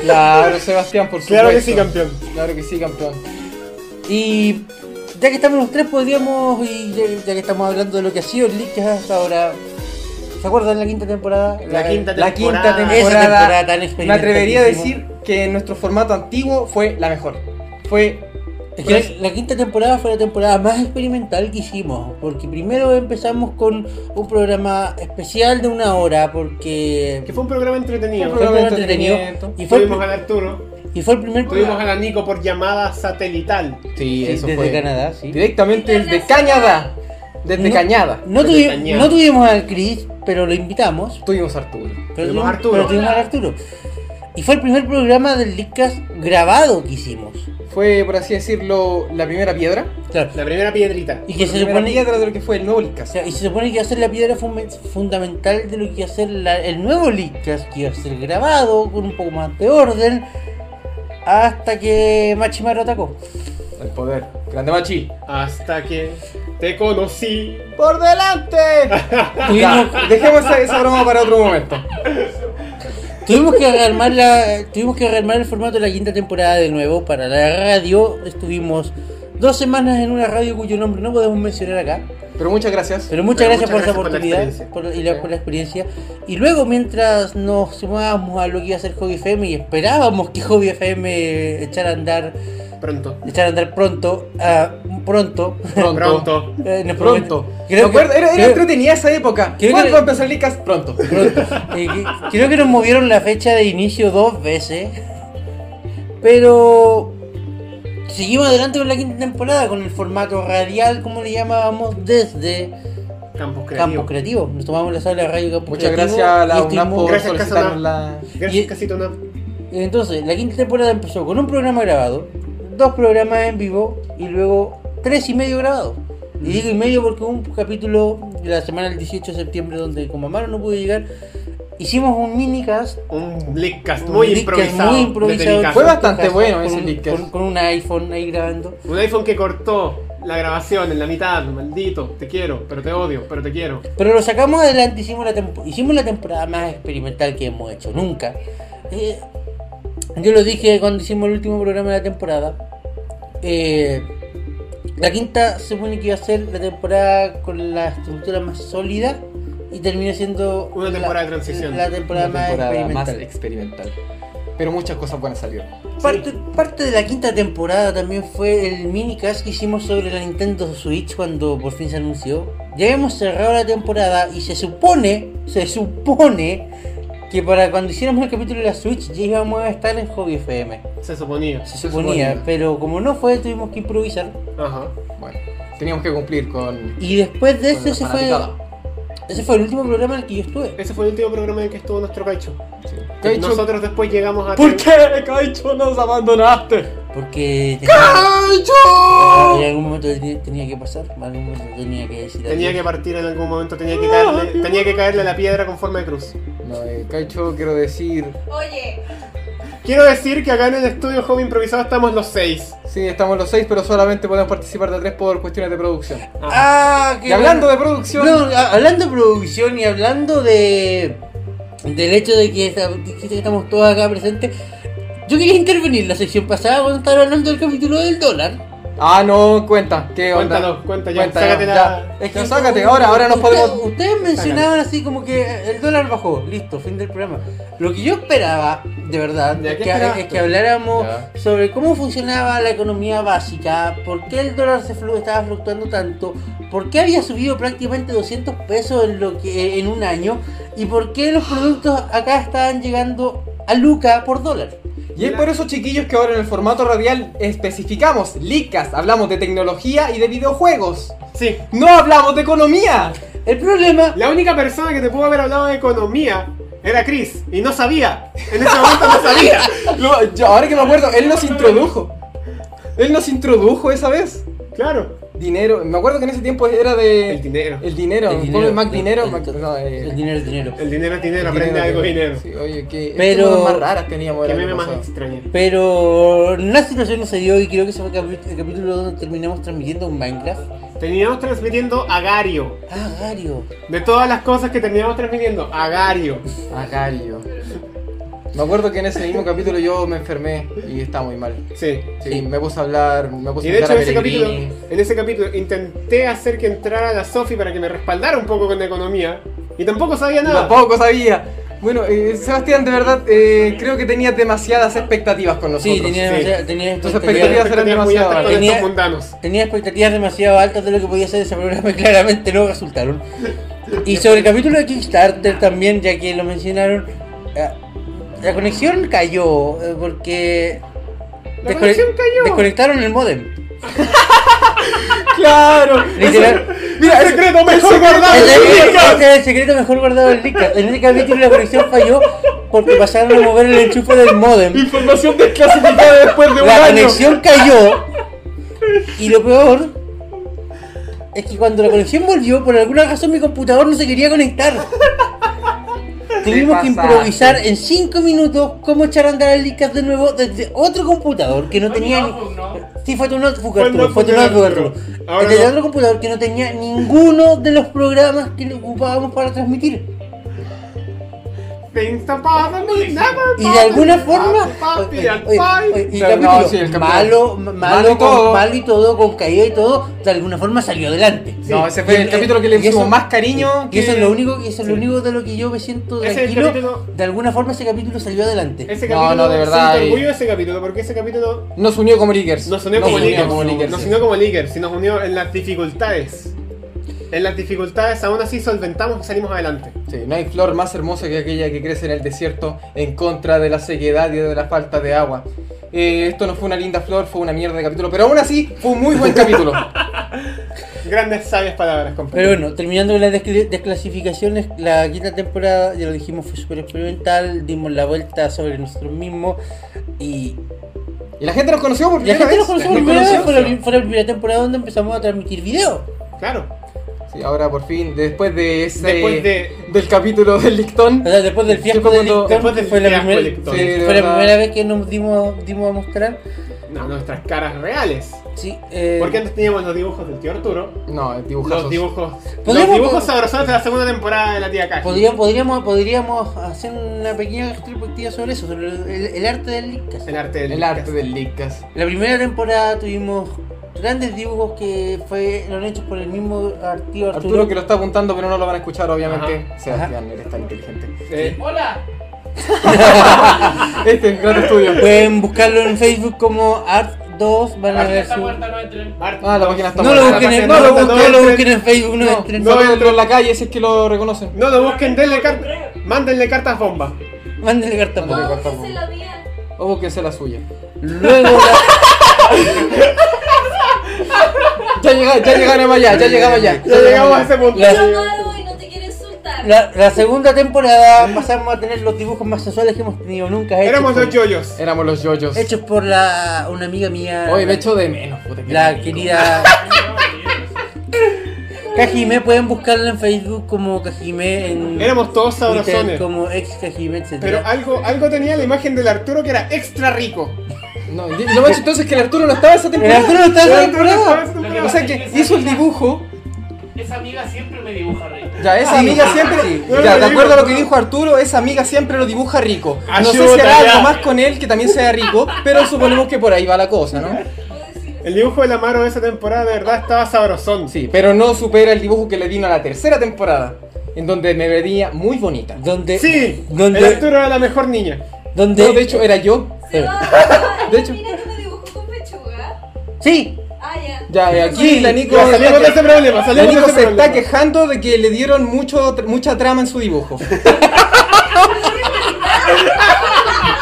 C: Claro, Sebastián, por supuesto.
B: Claro que sí, campeón.
C: Claro que sí, campeón.
D: Y ya que estamos los tres, podríamos, y ya, ya que estamos hablando de lo que ha sido el Leadcast hasta ahora, ¿se acuerdan la quinta temporada?
B: La quinta
C: La quinta
B: temporada.
C: temporada.
D: Esa temporada tan
C: Me atrevería a decir
D: experimentalísima.
C: que en nuestro formato antiguo fue la mejor. Fue.
D: Es que la quinta temporada fue la temporada más experimental que hicimos, porque primero empezamos con un programa especial de una hora, porque
B: Que fue un programa entretenido.
C: Fue un programa
D: fue entretenido,
C: entretenimiento.
D: y fue, el
B: Tuvimos
D: pri-
B: al Arturo.
D: y fue el primer
B: Tuvimos a
D: programa
B: la Nico por llamada satelital.
C: Sí,
D: sí, desde Canadá, sí.
C: Directamente desde Canadá. Desde
D: No-
C: Cañada.
D: No,
B: Pero
D: tuvi-
B: cañada.
D: no tuvimos a Chris, pero lo invitamos.
C: Tuvimos a Arturo.
D: Pero
B: Tuvimos
D: tuvimos,
B: a Arturo.
D: pero tuvimos a Arturo. Y fue el primer programa del Leadcast grabado que hicimos.
C: Fue, por así decirlo, la primera piedra.
D: Claro.
B: La primera piedrita.
D: Y que
C: la
D: se
C: primera
D: supone,
C: piedra de lo que fue el nuevo Licas.
D: y se supone que iba a ser la piedra fun- fundamental de lo que iba a ser la- el nuevo Leadcast, que iba a ser grabado con un poco más de orden, hasta que Machimaro atacó.
C: El poder. Grande Machi.
B: Hasta que te conocí.
C: ¡Por delante!
D: Tuvimos,
C: Dejemos esa, esa broma para otro momento.
D: tuvimos que rearmar la, tuvimos que rearmar el formato de la quinta temporada de nuevo para la radio. Estuvimos dos semanas en una radio cuyo nombre no podemos mencionar acá.
C: Pero muchas gracias.
D: Pero muchas
B: Pero
D: gracias
B: muchas
D: por esa
B: gracias
D: oportunidad por la- y la, por la experiencia. Y luego, mientras nos sumábamos a lo que iba a ser Hobby FM y esperábamos que Hobby FM echara a andar,
B: Pronto.
D: echara a andar pronto, ah, pronto,
C: Pronto.
B: Pronto.
D: eh, nos
C: Pronto.
D: prometen-
C: ¿Te
D: Creo que,
C: acuerdas? Era, era
D: creo-
C: entretenida esa época.
D: Creo
C: ¿Cuándo
D: que-
C: va a empezar Licas? Pronto.
D: pronto. Eh, que- creo que nos movieron la fecha de inicio dos veces, pero seguimos adelante con la quinta temporada con el formato radial, como le llamábamos desde
B: Campos
D: Campo
B: creativos.
D: Creativo. Nos tomamos la sala de radio Campo
C: Muchas
D: Creativo
C: gracias a
D: y
C: la
D: estuvimos-
C: UNAM por
B: Gracias,
C: solicitarnos
B: Casa
C: la.
B: Gracias,
D: Y-
B: Casito Nam.
D: Entonces, la quinta temporada empezó con un programa grabado, dos programas en vivo y luego tres y medio grabados. Y digo y medio porque hubo un capítulo de la semana del 18 de septiembre donde como Amaro no pudo llegar, hicimos un minicast.
B: Un Blickcast
D: un
B: muy
D: minicast
B: improvisado.
D: muy
B: desde
D: improvisado
B: mi casa.
C: Fue bastante
D: con un-
C: bueno ese
D: con, un-
C: minicast.
D: Con, con un iPhone ahí grabando.
B: Un iPhone que cortó la grabación en la mitad. Maldito. Te quiero, pero te odio, pero te quiero.
D: Pero lo sacamos adelante, hicimos la, tempo- hicimos la temporada más experimental que hemos hecho nunca. Eh, yo lo dije cuando hicimos el último programa de la temporada. Eh, la quinta se supone que iba a ser la temporada con la estructura más sólida y terminó siendo
B: Una
D: la-
B: temporada de transición.
D: La temporada,
C: Una temporada
D: más
C: más
D: experimental.
C: experimental. Pero muchas cosas buenas salieron.
D: Parte, parte de la quinta temporada también fue el minicast que hicimos sobre la Nintendo Switch cuando por fin se anunció. Ya hemos cerrado la temporada y se supone, se supone que para cuando hiciéramos el capítulo de la Switch ya íbamos a estar en Hobby FM.
B: Se suponía.
D: Se,
C: Se
D: suponía,
C: suponía.
D: pero como no fue tuvimos que improvisar.
B: Ajá.
C: Bueno, teníamos que cumplir con.
D: Y después de
C: con
D: ese,
C: la
D: ese fue,
C: fanaticada.
D: ese fue el último programa en el que yo estuve.
B: Ese fue el último programa en el que estuvo nuestro Caicho.
C: Sí. Caicho,
B: Nosotros después llegamos a.
C: ¿Por qué, Caicho, nos abandonaste?
D: Porque tenía, Ah, en algún momento tenía- tenía que pasar, en algún momento tenía que decir
B: Tenía
D: adiós.
B: que partir en algún momento, tenía que caerle, tenía que caerle la piedra con forma de cruz.
C: No, eh, Caicho, quiero decir.
F: Oye,
B: Quiero decir que acá en el estudio Home Improvisado estamos los seis.
C: Sí, estamos los seis, pero solamente podemos participar de tres por cuestiones de producción.
D: Ah, qué
C: Y hablando
D: bueno.
C: de producción.
D: No, a- hablando de producción y hablando de del hecho de que, esta- de que estamos todos acá presentes, yo quería intervenir en la sección pasada cuando estaba hablando del capítulo del dólar.
C: Ah, no, cuenta. ¿Qué onda?
B: Cuéntanos, cuenta ya,
C: Cuenta,
B: sácate
C: ya,
B: la.
C: Es que sácate, ahora, ahora nos
D: Ustedes-
C: podemos.
D: Ustedes mencionaban así como que el dólar bajó, listo, fin del programa. Lo que yo esperaba, de verdad,
B: ¿Ya
D: es
B: qué
D: que,
B: esperabas
D: es
B: tú?
D: que habláramos
C: Ya.
D: sobre cómo funcionaba la economía básica, por qué el dólar se flu- estaba fluctuando tanto, por qué había subido prácticamente 200 pesos en, lo que, en un año y por qué los productos acá estaban llegando a Luca por dólar.
C: Y es por eso, chiquillos, que ahora en el formato radial especificamos licas. Hablamos de tecnología y de videojuegos.
B: Sí.
C: No hablamos de economía.
D: El problema,
B: La única persona que te pudo haber hablado de economía era Chris. Y no sabía. En ese momento no
C: <laughs>
B: sabía.
C: Lo- yo- ahora que me acuerdo, él nos introdujo. Él nos introdujo esa vez.
B: Claro.
C: Dinero. Me acuerdo que en ese tiempo era de.
B: El dinero.
C: El dinero.
D: El
C: ¿Cómo
D: dinero,
C: es? Mac
D: el-
C: dinero.
D: el-
C: Mac- no, eh,
D: el dinero es dinero.
B: El dinero es dinero,
C: el
B: aprende algo de dinero.
C: Sí, oye, que.
D: Pero-
C: más raras teníamos.
B: Qué
C: el año
B: meme más
C: pasado.
B: extraña.
D: Pero la situación no se dio y creo que ese fue el capi- el capítulo donde terminamos transmitiendo un Minecraft.
B: Terminamos transmitiendo Agario.
D: Ah, Gario.
B: De todas las cosas que terminamos transmitiendo, Agario.
C: Agario. Me acuerdo que en ese mismo capítulo yo me enfermé y estaba muy mal.
B: Sí.
C: Sí,
D: Sí.
C: me puse a hablar, me puse
B: Y
C: a
B: de hecho
C: invitar
B: en
C: a
B: ese, capítulo,
C: Pellegrini.
B: en ese capítulo intenté hacer que entrara la Sofi para que me respaldara un poco con la economía. Y tampoco sabía nada.
C: Tampoco sabía. Bueno, eh, Sebastián, de verdad, eh, creo que tenías demasiadas expectativas con nosotros.
D: Sí, tenía,
B: sí.
D: demasiada- tenía
C: Tus
D: expectativas-
C: expectativas eran
B: Expectativas muy
C: demasiado
B: altas
C: altas.
B: con
D: Tenía-
B: estos mundanos.
D: Tenía expectativas demasiado altas de lo que podía ser ese programa y <laughs> claramente no resultaron. Y sobre el capítulo de Kickstarter también, ya que lo mencionaron, eh, la conexión cayó eh, porque
B: La conexión cayó. <laughs>
D: desconectaron el modem.
C: ¡Claro!
D: Literal.
C: ¡Mira, el secreto mejor
B: Ah,
C: guardado! <laughs>
D: Ese
C: del
D: es el-
C: podcast.
D: ese es el secreto mejor guardado del Lica. En este capítulo la conexión falló porque pasaron a mover el enchufe
B: <laughs>
D: del modem.
C: Información desclasificada después de un
D: La
C: año.
D: conexión cayó. Y lo peor es que cuando la conexión volvió, por alguna razón mi computador no se quería conectar. Tuvimos que
G: pasaste.
D: improvisar en 5 minutos cómo echar a andar el Lica de nuevo desde otro computador que no tenía ni-
E: notebook, ¿no?
D: Sí, fue tu notebook,
B: Fue el
D: Arturo, fue tu
B: notebook,
D: notebook,
B: Arturo.
D: Arturo.
B: Ahora
D: Desde
B: no.
D: otro computador que no tenía ninguno de los programas que le ocupábamos para transmitir. Y de alguna forma. oye, oye, oye, y
C: Pero
D: capítulo,
C: no, sí, el capítulo.
D: malo, ma-
C: Malo y
D: malo,
C: todo.
D: con, malo y todo, con caída y todo, de alguna forma salió adelante.
C: No, ese fue
D: Y-
C: el capítulo que le
D: y eso-
C: pusimos más cariño.
D: Y eso es lo único, y eso es lo único de lo que yo me siento
B: Ese es el
D: tranquilo.
B: capítulo-
D: De alguna forma ese capítulo salió adelante.
B: Ese
C: No,
B: capítulo,
C: no, de verdad,
B: siento
C: y-
B: orgullo de ese capítulo, porque ese capítulo
C: Nos unió como Lickers.
B: nos unió como
D: unió
B: Lickers,
D: como Lickers,
B: nos
D: sí.
B: unió como Lickers, y nos unió en las dificultades. En las dificultades aún así solventamos y salimos adelante.
C: Sí, no hay flor más hermosa que aquella que crece en el desierto en contra de la sequedad y de la falta de agua. Eh, esto no fue una linda flor, fue una mierda de capítulo, pero aún así fue un muy
D: <laughs>
C: buen capítulo.
B: Grandes sabias palabras,
D: Pero
B: compañero.
D: bueno, terminando con las descl- desclasificaciones, la quinta temporada, ya lo dijimos, fue súper experimental, dimos la vuelta sobre nosotros mismos y
C: Y la gente nos conoció por
D: la
C: primera
D: gente
C: vez.
D: nos conoció por
C: nos
D: primera vez,
C: conoció.
D: fue la, pri- fue la primera temporada donde empezamos a transmitir video.
B: Claro.
C: Sí, ahora por fin, después de ese.
B: Después de-
C: del capítulo del Lictón.
D: <laughs> O sea, después del fiasco
C: Sí,
D: de
C: fue cuando-
D: Licton,
B: después del
D: fue la
B: fiasco
D: primera,
B: de Licton.
C: Sí, de
D: fue la
C: verdad.
D: primera vez que nos dimos, dimos a mostrar.
B: No, nuestras caras reales.
D: Sí, eh,
B: Porque antes teníamos los dibujos del tío Arturo.
C: No, dibujazos.
B: Los dibujos. Los
D: Podríamos-
B: dibujos sabrosos de la segunda temporada de la tía Cash.
D: podría- podríamos, podríamos hacer una pequeña retrospectiva sobre eso, sobre el, el arte del Lickcast.
B: El arte del
C: El
B: Lickers.
C: arte del Lickas.
D: La primera temporada tuvimos grandes dibujos que fue, eran hechos por el mismo tío Arturo.
C: Arturo que lo está apuntando, pero no lo van a escuchar, obviamente. Sebastián, eres tan inteligente.
B: Eh,
E: ¡Hola!
C: Este es un gran estudio.
D: Pueden buscarlo en Facebook como Art2, van a
E: Acá
D: ver
E: está
D: su...
E: muerta, no entren.
B: arte-
C: Ah, la página está
D: No lo
C: muerta.
D: busquen en,
B: La
D: no lo
B: página
D: busquen,
B: no
D: no
B: entren.
D: lo busquen en Facebook, no, entren.
C: No, pero en la calle, si es que lo reconocen.
B: No lo busquen, denle cartas. Mándenle cartas bomba.
D: Mándenle carta
C: No.
D: por.
F: No, que se lo mía.
C: O búsquense la suya.
D: Luego la-
F: <laughs>
C: Ya llega, ya llegaremos allá, ya llegamos allá.
B: Ya llegamos a ese punto.
D: La-
B: Ya llegamos.
F: Amaro y no te quiero insultar.
D: la, la segunda temporada pasamos a tener los dibujos más sensuales que hemos tenido nunca. hechos
B: Éramos
D: por-
B: los yoyos.
C: Éramos los yoyos.
D: Hechos por la, una amiga mía.
C: Hoy me echo de menos, puta que
D: La
C: rico.
D: querida. Cajime, pueden buscarla en Facebook como Cajime. En
B: Éramos todos
D: Twitter
B: sabrosones.
D: como ex Cajime, etc.
B: Pero algo, algo tenía la imagen del Arturo que era extra rico.
C: No, y lo más chistoso es que el Arturo no estaba esa
D: Pero
C: temporada.
D: Arturo no está en la
B: Arturo no estaba
D: temporada.
B: esa
E: temporada.
C: O sea que hizo el dibujo.
E: Esa amiga siempre me dibuja rico.
C: Ya, esa amiga siempre. Ya, de acuerdo a lo que dijo Arturo, esa amiga siempre lo dibuja rico. No sé si hará
B: Ayuda, ya.
C: algo más con él que también sea rico, pero suponemos que por ahí va la cosa, ¿no?
F: Puedo decir eso.
B: El dibujo del Amaro de esa temporada de verdad estaba sabrosón.
C: Sí, pero no supera el dibujo que le vino a la tercera temporada, en donde me veía muy bonita.
D: Donde.
B: Sí, el
D: Donde.
B: Arturo era la mejor niña.
D: Donde.
C: No, de hecho, era yo.
F: Se va, se va.
C: De hecho-
F: Mira que me dibujó con pechuga.
D: Sí.
F: Ah, ya.
C: Ya, y aquí la Nico.
B: Ya, salimos de ese problema,
C: La
B: salimos de
C: Nico
B: ese
C: se
B: problema.
C: está quejando de que le dieron mucho, mucha trama en su
B: <laughs>
C: dibujo.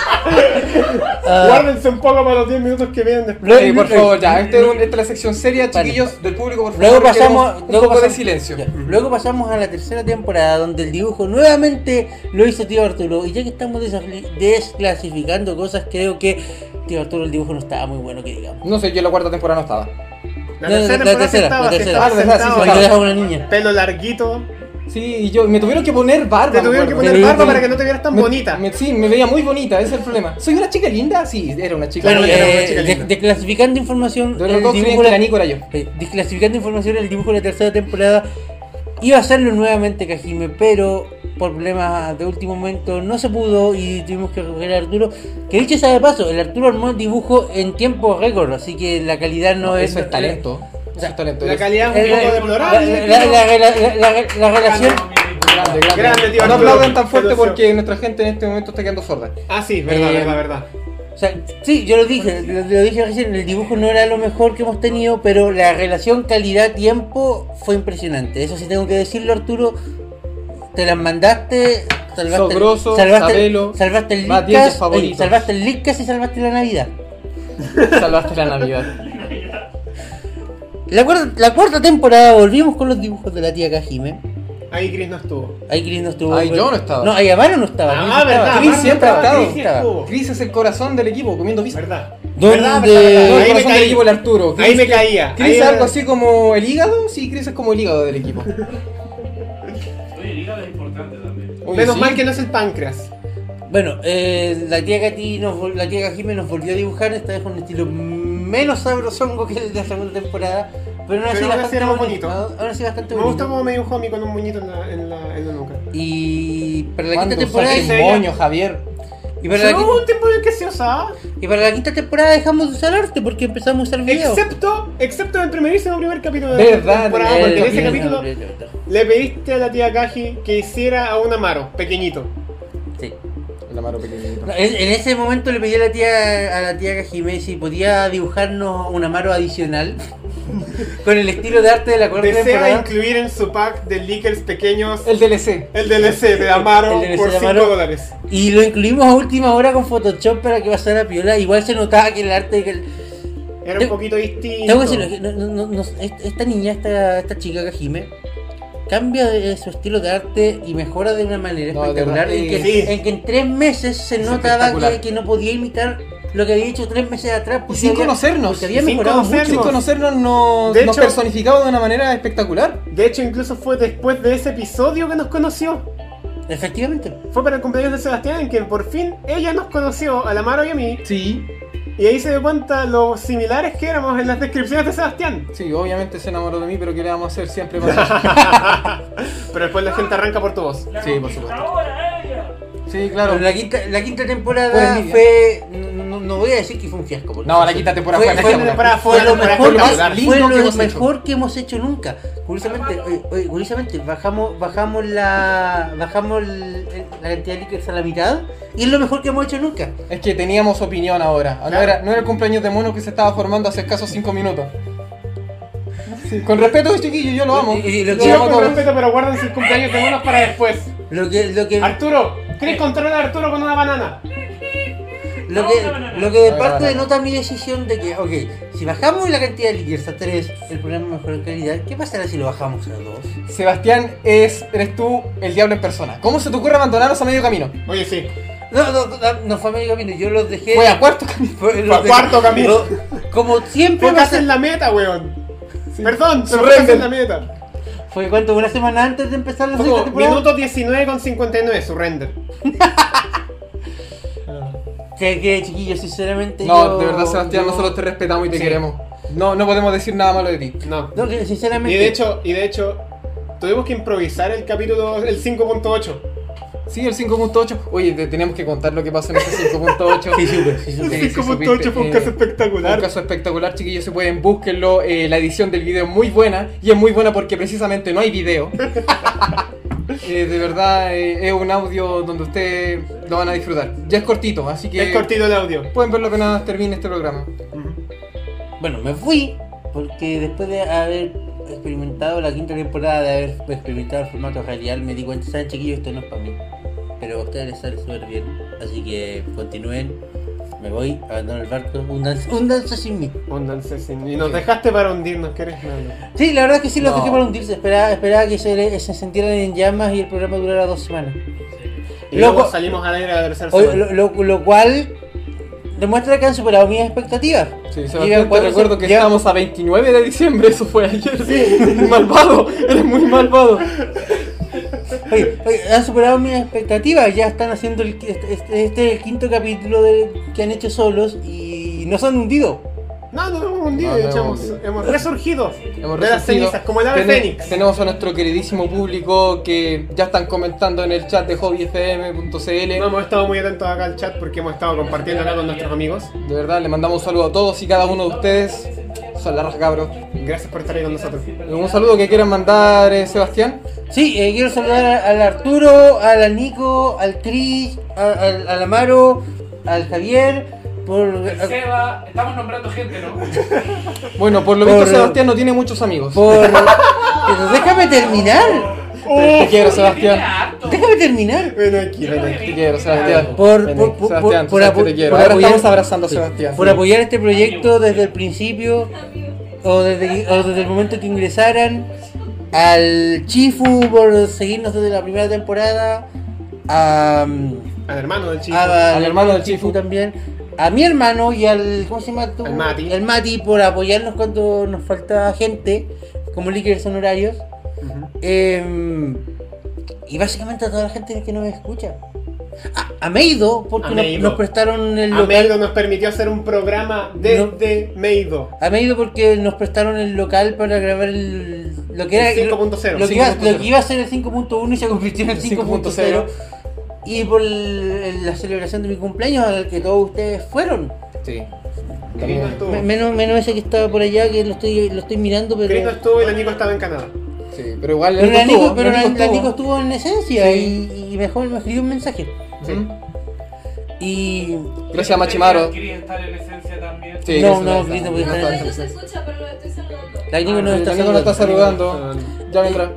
D: ah,
B: Guárdense un poco para los 10 minutos que vienen después.
D: luego-
C: Sí, Eh, por favor, ya. Esta es, un- esta es la sección seria, chiquillos del público, por favor.
D: Luego
C: queremos
D: pasamos,
C: Un
D: luego
C: poco de
D: pasamos-
C: silencio.
D: ya. Luego pasamos a la tercera temporada donde el dibujo nuevamente lo hizo tío Arturo. Y ya que estamos desafli- desclasificando cosas, creo que tío Arturo el dibujo no estaba muy bueno que digamos.
C: No sé, yo en la cuarta temporada no estaba.
B: La
D: No,
B: tercera
D: la
B: temporada sí
D: tercera,
B: estaba,
D: la
B: sí
D: tercera.
B: estaba
C: Ah, verdad, sí,
B: sentado,
C: sí,
D: Cuando
C: estaba.
D: era una niña.
B: Pelo larguito.
C: Sí, y yo. Me tuvieron que poner barba.
B: Te
C: me
B: tuvieron que
C: acuerdo.
B: poner
D: Sí,
B: barba
D: sí.
B: para que no te vieras tan
C: Me-
B: bonita.
C: me- sí, me veía muy bonita, ese es el problema. ¿Soy una chica linda? Sí, era una chica
D: Bueno,
B: Claro,
C: linda.
B: era una
D: eh,
B: chica
D: de-
B: linda.
D: desclasificando información,
C: De los
D: el
C: dos creían
D: dibujo
C: que
D: de
C: la Nico era yo.
D: eh, desclasificando información, el dibujo de la tercera temporada iba a hacerlo nuevamente Kajime, pero por problemas de último momento no se pudo y tuvimos que recoger a Arturo. Que dicho sea de paso, el Arturo armó el dibujo en tiempo récord, así que la calidad no,
C: No,
D: es.
C: eso es talento. Eso es talento.
B: La
C: eres-
B: calidad
D: Eh,
B: es un
D: la-
B: poco deplorable.
D: la-
B: pero-
D: la- la- la- la- la relación.
C: Grande, grande.
B: Grande, tío
C: no
B: Arturo.
C: aplaudan tan fuerte
B: Solución.
C: porque nuestra gente en este momento está quedando sorda.
B: Ah, sí, verdad,
D: Eh,
B: verdad, verdad.
D: O sea, sí, yo lo dije, lo, lo dije recién, el dibujo no era lo mejor que hemos tenido, pero la relación calidad-tiempo fue impresionante. Eso sí tengo que decirlo, Arturo. Te las mandaste, salvaste,
C: Sogroso,
D: salvaste,
C: Sabelo,
D: salvaste el eh,
C: más dientes
D: Lickas,
C: favoritos.
D: <laughs> salvaste el Lickas y salvaste la Navidad.
C: Salvaste la Navidad.
D: La cuarta, la cuarta temporada volvimos con los dibujos de la tía Kajime.
B: Ahí Chris no estuvo.
D: Ahí Chris no estuvo.
C: Ahí yo no estaba.
D: No, ahí Amaro no estaba. Chris
B: Ah,
D: estaba.
B: verdad.
C: Chris
B: Amaro
C: siempre ha
B: estaba,
C: estado.
B: Chris sí estuvo.
C: Chris es el corazón del equipo comiendo pizza.
B: ¿Verdad?
D: ¿Dónde?
B: ¿Verdad? ¿Verdad?
C: No,
B: ¿Verdad?
C: el
B: Ahí me
C: corazón del
B: caí.
C: equipo del Arturo.
B: Ahí
C: Chris,
B: me caía.
C: Chris
B: Ahí
C: es
B: me-
C: algo así como el hígado. Sí, Chris es como el hígado del equipo.
H: <laughs> Oye, el hígado es importante también.
C: Oye,
B: Menos
C: sí.
B: mal que no es el páncreas.
D: Bueno, eh, la tía Katy nos, vol- la tía Kajime nos volvió a dibujar, esta vez con un estilo menos sabrosongo que el de la segunda temporada, pero
B: Pero aún
D: aún así
B: así
D: bastante
B: era más
D: aún- aún así bastante
B: Me gusta
D: bonito.
B: cómo me dibujó a mí con un muñito en la, en la, en la nuca.
D: Y para la
C: ¿Cuándo
D: quinta temporada
C: saques
B: se veía-
C: moño, Javier?
D: y para la
B: Pero hubo
D: quinta,
B: un tiempo en el que se usaba.
D: y para la quinta temporada dejamos de usar arte porque empezamos a usar videos.
B: Excepto, excepto en el primerísimo primer capítulo de
C: Verdad,
B: la temporada,
D: Eh,
B: porque en ese
D: bien,
B: capítulo
D: bien, bien, bien.
B: le pediste a la tía Kaji que hiciera a un amaro, pequeñito.
D: Sí.
C: El amaro pequeñito.
D: No, En, en ese momento le pedí a la tía a la tía Kajime si podía dibujarnos un amaro adicional <laughs> con el estilo de arte de la cuarta
B: Desea
D: temporada.
B: incluir en su pack de lickers pequeños
C: El DLC.
B: el DLC de Amaro
D: El DLC
B: por
D: de
B: 5
D: Amaro.
B: dólares.
D: Y lo incluimos a última hora con Photoshop para que pasara piola. Igual se notaba que el arte. Que el-
B: Era
D: Te-
B: un poquito distinto.
D: Tengo que decirlo, que no- no- no- no- est- esta niña, esta, esta chica Kajime, cambia de su estilo de arte y mejora de una manera
C: No, de
D: espectacular.
C: verdad,
D: en, que,
B: sí.
D: en que en tres meses se
C: Es
D: notaba que,
C: espectacular.
D: que no podía imitar lo que había hecho tres meses atrás. Pues,
C: Y
D: porque
C: sin
D: había-
C: conocernos.
D: porque había
B: sin
D: mejorado
B: conocer-
D: mucho.
C: Sin conocernos nos,
B: De
C: nos
B: hecho-
C: personificaba de una manera espectacular.
B: De hecho, incluso fue después de ese episodio que nos conoció.
D: Efectivamente.
B: Fue para el cumpleaños de Sebastián en que por fin ella nos conoció, a la Amaro y a mí.
C: Sí.
B: Y ahí se dio cuenta lo similares que éramos en las descripciones de Sebastián.
C: Sí, obviamente se enamoró de mí, pero ¿qué le vamos a hacer? Siempre
D: <laughs>
C: pasa.
B: Pero después la gente arranca por tu voz.
H: La
C: Sí, por supuesto.
H: conquistadora, ella.
C: Sí, claro.
D: Pero la quinta, la quinta
C: Fue
D: temporada
C: envidia.
D: fue. No, no- no voy a decir que fue un fiasco. porque
C: No, la quinta temporada fue,
D: fue-
B: Fue una temporada
D: Fue
B: fuera,
D: lo
B: temporada
D: mejor,
B: espectacular.
D: más-
C: lindo
D: fue lo
C: que hemos
D: mejor que hemos hecho nunca. Curiosamente, oye, oye, curiosamente bajamos, bajamos la bajamos el- el- la cantidad de líquidos a la mitad y es lo mejor que hemos hecho nunca.
C: Es que teníamos opinión ahora. No,
B: Claro.
C: era, no era el cumpleaños de mono que se estaba formando hace escasos 5 minutos. Sí, Con respeto, chiquillo, yo lo amo.
D: Y- y lo
C: Yo
D: que-
B: Sigan
C: amo a
B: con
C: todos.
B: respeto, pero guarden sus cumpleaños de unos para después.
D: Lo que lo que
B: Arturo, Chris controla a Arturo con una banana.
D: lo que, lo que de
C: Ahora,
D: parte
C: ahora.
D: denota mi decisión de que, ok, si bajamos la cantidad de líquidos a 3, el programa mejora en calidad, ¿qué pasará si lo bajamos a 2?
C: Sebastián, es, eres tú el diablo en persona. ¿Cómo se te ocurre abandonarnos a medio camino?
B: Oye, sí.
D: No, no, no, no fue medio camino, yo los dejé.
C: Fue a cuarto camino.
D: fue-
B: fue a
D: dejé-
B: cuarto camino.
D: lo- como siempre va a
B: Focas
D: ser
B: en la meta, weón. Perdón, pero
C: Surrender.
B: focas en la meta.
D: Fue cuánto, una semana antes de empezar la
B: Fue
D: sexta
B: como
D: temporada.
B: minuto 19 con 59, surrender.
D: Que, que chiquillos, sinceramente.
C: No,
D: yo-
C: de verdad, Sebastián,
D: yo-
C: nosotros te respetamos y te
D: Sí.
C: queremos. No, no podemos decir nada malo de ti.
B: No.
D: No, que sinceramente.
B: Y de hecho, y de hecho, tuvimos que improvisar el capítulo, el 5.8.
C: Sí, el 5.8. Oye, te- tenemos que contar lo que pasó en este <laughs> ese 5.8.
D: Sí, supe, sí,
B: El
D: supe.
C: Sí, sí,
B: 5.8 fue un caso
C: supiste, eh, Fue Un
B: espectacular.
C: caso espectacular, chiquillos, se pueden búsquenlo. eh, la edición del video es muy buena y es muy buena porque precisamente no hay <laughs> video. Eh, de verdad, eh, es un audio donde ustedes lo van a disfrutar. Ya es cortito, así que
B: Es cortito el audio.
C: pueden verlo apenas termine este programa.
D: Bueno, me fui porque después de haber experimentado la quinta temporada, de haber experimentado el formato radial, me di cuenta, saben, chiquillos, esto no es para mí. Pero a ustedes les sale súper bien, así que continúen. Me voy, abandono el barco, un danza, un danza sin mí.
B: Úndanse sin- Y nos dejaste para hundirnos, ¿querés? No, no.
D: Sí, la verdad es que sí los
C: No.
D: dejé para hundirse. Esperaba, esperaba que se, le- se sintieran en llamas y el programa durara dos semanas.
B: Y luego
D: Loco.
B: salimos al aire a la tercera
D: O-
B: semana.
D: lo, lo- lo cual demuestra que han superado mis expectativas.
C: Sí,
D: Llegan
C: Sebastián, te
D: cuatro-
C: recuerdo que
D: llegan-
C: estábamos a 29 de diciembre, eso fue ayer. <laughs> malvado, eres muy malvado.
D: oye, oye, han superado mis expectativas. Ya están haciendo el, qui- este, este- este es el quinto capítulo de- que han hecho solos y no se han hundido.
B: No, no nos hemos hundido,
C: No,
B: de
C: no
B: hecho,
C: hemos
B: hemos,
C: hundido.
B: hemos resurgido
C: Hemos
B: de las
C: resurgido.
B: cenizas, como el ave
C: Tene-
B: fénix.
C: Tenemos a nuestro queridísimo público que ya están comentando en el chat de hobbyfm.cl.
B: No hemos estado muy atentos acá al chat porque hemos estado compartiendo acá con nuestros amigos.
C: De verdad, le mandamos un saludo a todos y cada uno de ustedes. Son la raja, cabros.
B: Gracias por estar ahí con nosotros.
C: ¿Un saludo que quieran mandar, eh, Sebastián?
D: Sí, eh, quiero saludar a- al Arturo, al Nico, al Cris, a- al, al Amaro, al Javier. Por,
H: El Seba, estamos nombrando gente, ¿no?
C: Bueno, por lo
D: Por-
C: visto, Sebastián no tiene muchos amigos.
H: <laughs>
D: por- Pero déjame terminar.
C: Te quiero,
H: Oh, Tiene
C: Sebastián.
H: harto.
D: Déjame terminar.
B: Ven aquí,
H: Yo lo
B: ven
H: que
B: aquí.
H: vi,
C: Te quiero,
H: que
C: Sebastián.
H: claro.
D: por,
C: Ven,
D: por, por,
C: Sebastián,
D: por,
C: tú sabes
D: apo-
C: que te quiero.
D: por
C: Ahora
D: apoyar-
C: estamos abrazando a Sebastián.
D: por apoyar este proyecto desde el principio
F: Amigos,
D: o desde, que- o desde el momento que ingresaran al Chifu por seguirnos desde la primera temporada, a, um,
B: Al hermano del chico.
D: a-
C: Al hermano del Chifu.
D: también, a mi hermano y al ¿cómo se llama tú?
B: Al Mati.
D: El Mati por apoyarnos cuando nos faltaba gente, como líderes honorarios.
B: Ujú.
D: Eh, y básicamente a toda la gente que nos escucha. A, a Meido, porque
B: A
D: nos-
B: Meido.
D: Nos, prestaron el
B: A
D: local.
B: Meido nos permitió hacer un programa desde Meido.
D: A Meido porque nos prestaron el local para grabar el, lo que era
B: El 5.0.
D: lo, que iba,
C: 5.0.
D: lo que iba a ser el 5.1 y se convirtió en el
C: 5.0.
D: 5.0. Y por el- la celebración de mi cumpleaños al que todos ustedes fueron.
C: Sí.
B: Cris no
C: También.
B: estuvo.
D: Me- Menos, menos ese que estaba por allá que lo estoy, lo estoy mirando,
B: Cris no
D: pero.
B: estuvo y la Nico estaba en Canadá.
C: Sí, pero igual
D: Pero la Nico,
C: estuvo,
D: pero la- la Nico
C: estuvo.
D: estuvo en esencia
C: Sí.
D: y, y mejor me escribió un mensaje.
B: Sí.
C: Ujú.
D: Y
C: Gracias a Machimaro.
H: Quería estar en esencia también.
C: Sí,
D: No, pues, no,
C: gracias a-
D: Cris no puede
C: gracias
D: estar
C: a-
D: en
F: se escucha, pero lo estoy saludando.
D: la Nico nos
C: Sí,
D: está
C: la Ah, Nico nos está
D: saludando.
C: saludando. Ya vendrá.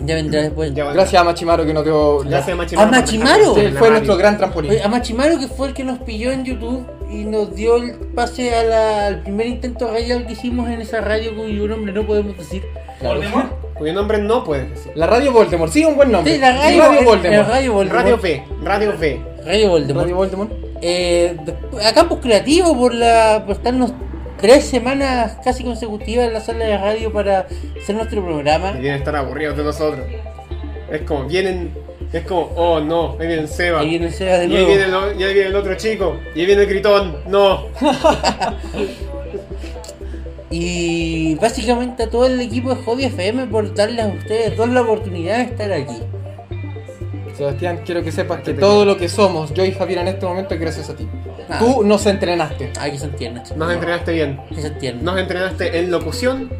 D: Ya vendrá después.
B: Ya va.
C: Gracias a Machimaro que nos dio.
B: Gracias a
C: Sí,
B: Machimaro.
D: ¿A
B: por
D: Machimaro?
B: dejarnos en la
C: fue
B: radio.
C: nuestro gran
D: Oye,
C: trampolín.
D: a Machimaro que fue el que nos pilló en YouTube y nos dio el pase a la- al primer intento radial que hicimos en esa radio cuyo nombre no podemos decir.
C: Claro.
H: Voldemort.
B: Cuyo nombre no puedes decir.
C: La radio Voldemort, sí, un buen nombre.
D: Sí, la radio, el-
C: Voldemort.
D: el radio Voldemort.
B: Radio V, Radio V.
D: Radio Voldemort.
C: Radio Voldemort.
D: Eh, después- a Campus Creativo por, la, por estarnos tres semanas casi consecutivas en la sala de radio para hacer nuestro programa.
B: Y vienen a estar aburridos de nosotros. Es como, vienen. Es como, oh no, ahí viene el Seba.
D: Ahí viene el Seba de
B: y, ahí
D: nuevo.
B: viene el, o- y ahí viene el otro chico. Y ahí viene el gritón. No.
D: Y básicamente a todo el equipo de Hobby FM por darles a ustedes dos la oportunidad de estar aquí.
C: Sebastián, quiero que sepas que
B: Te
C: todo
B: quiero.
C: lo que somos, yo y Javier en este momento es gracias a ti.
D: Ah.
C: Tú nos entrenaste.
D: Ay, que son tiernos.
B: Nos entrenaste bien.
D: Que son tiernos.
B: Nos entrenaste en locución,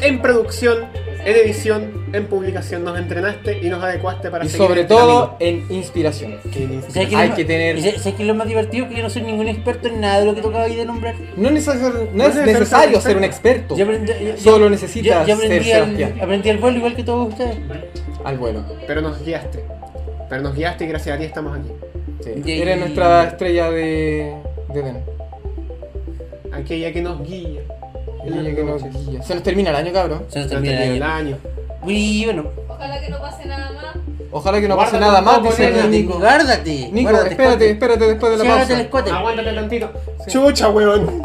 B: en producción, en edición, en publicación. Nos entrenaste y nos adecuaste para
C: Y
B: seguir
C: sobre
B: este
C: todo en inspiración.
B: camino.
D: ¿Sabes qué es
C: Hay
D: lo
C: que
D: ma-
C: tener-
D: ¿Y sa- ¿Sabes qué es lo más divertido? Que yo no soy ningún experto en nada de lo que tocaba ahí de nombrar.
C: No, es neces- no
B: No
C: es
B: es
C: necesario
B: necesario
C: ser un experto
D: Yo aprendí, yo- yo-
C: Solo necesitas
D: yo- yo aprendí
C: ser
D: al-
C: Sebastián.
D: aprendí al vuelo igual que todos ustedes.
C: al vuelo.
B: Pero nos guiaste. Pero nos guiaste y gracias a ti estamos aquí.
C: Sí.
D: Y-
C: Eres nuestra estrella de, de Den.
B: Aquella que nos guía. en las
C: Aquella que nos
B: noches.
C: guía. Se nos termina el año, cabrón.
D: Se nos
B: Durante
D: termina el
B: el
D: año.
B: año.
D: Y bueno,
F: Ojalá que no pase nada más.
C: Ojalá que no pase
B: Guárdalo
C: nada
B: un
C: más,
B: poco,
C: dice
B: nena.
C: Nico.
D: guárdate.
C: Nico,
D: guárdate,
C: espérate,
D: escote.
C: espérate después de la
D: Ciérrate el
C: pausa.
D: escote.
B: Aguántate tantito. Chucha, weón.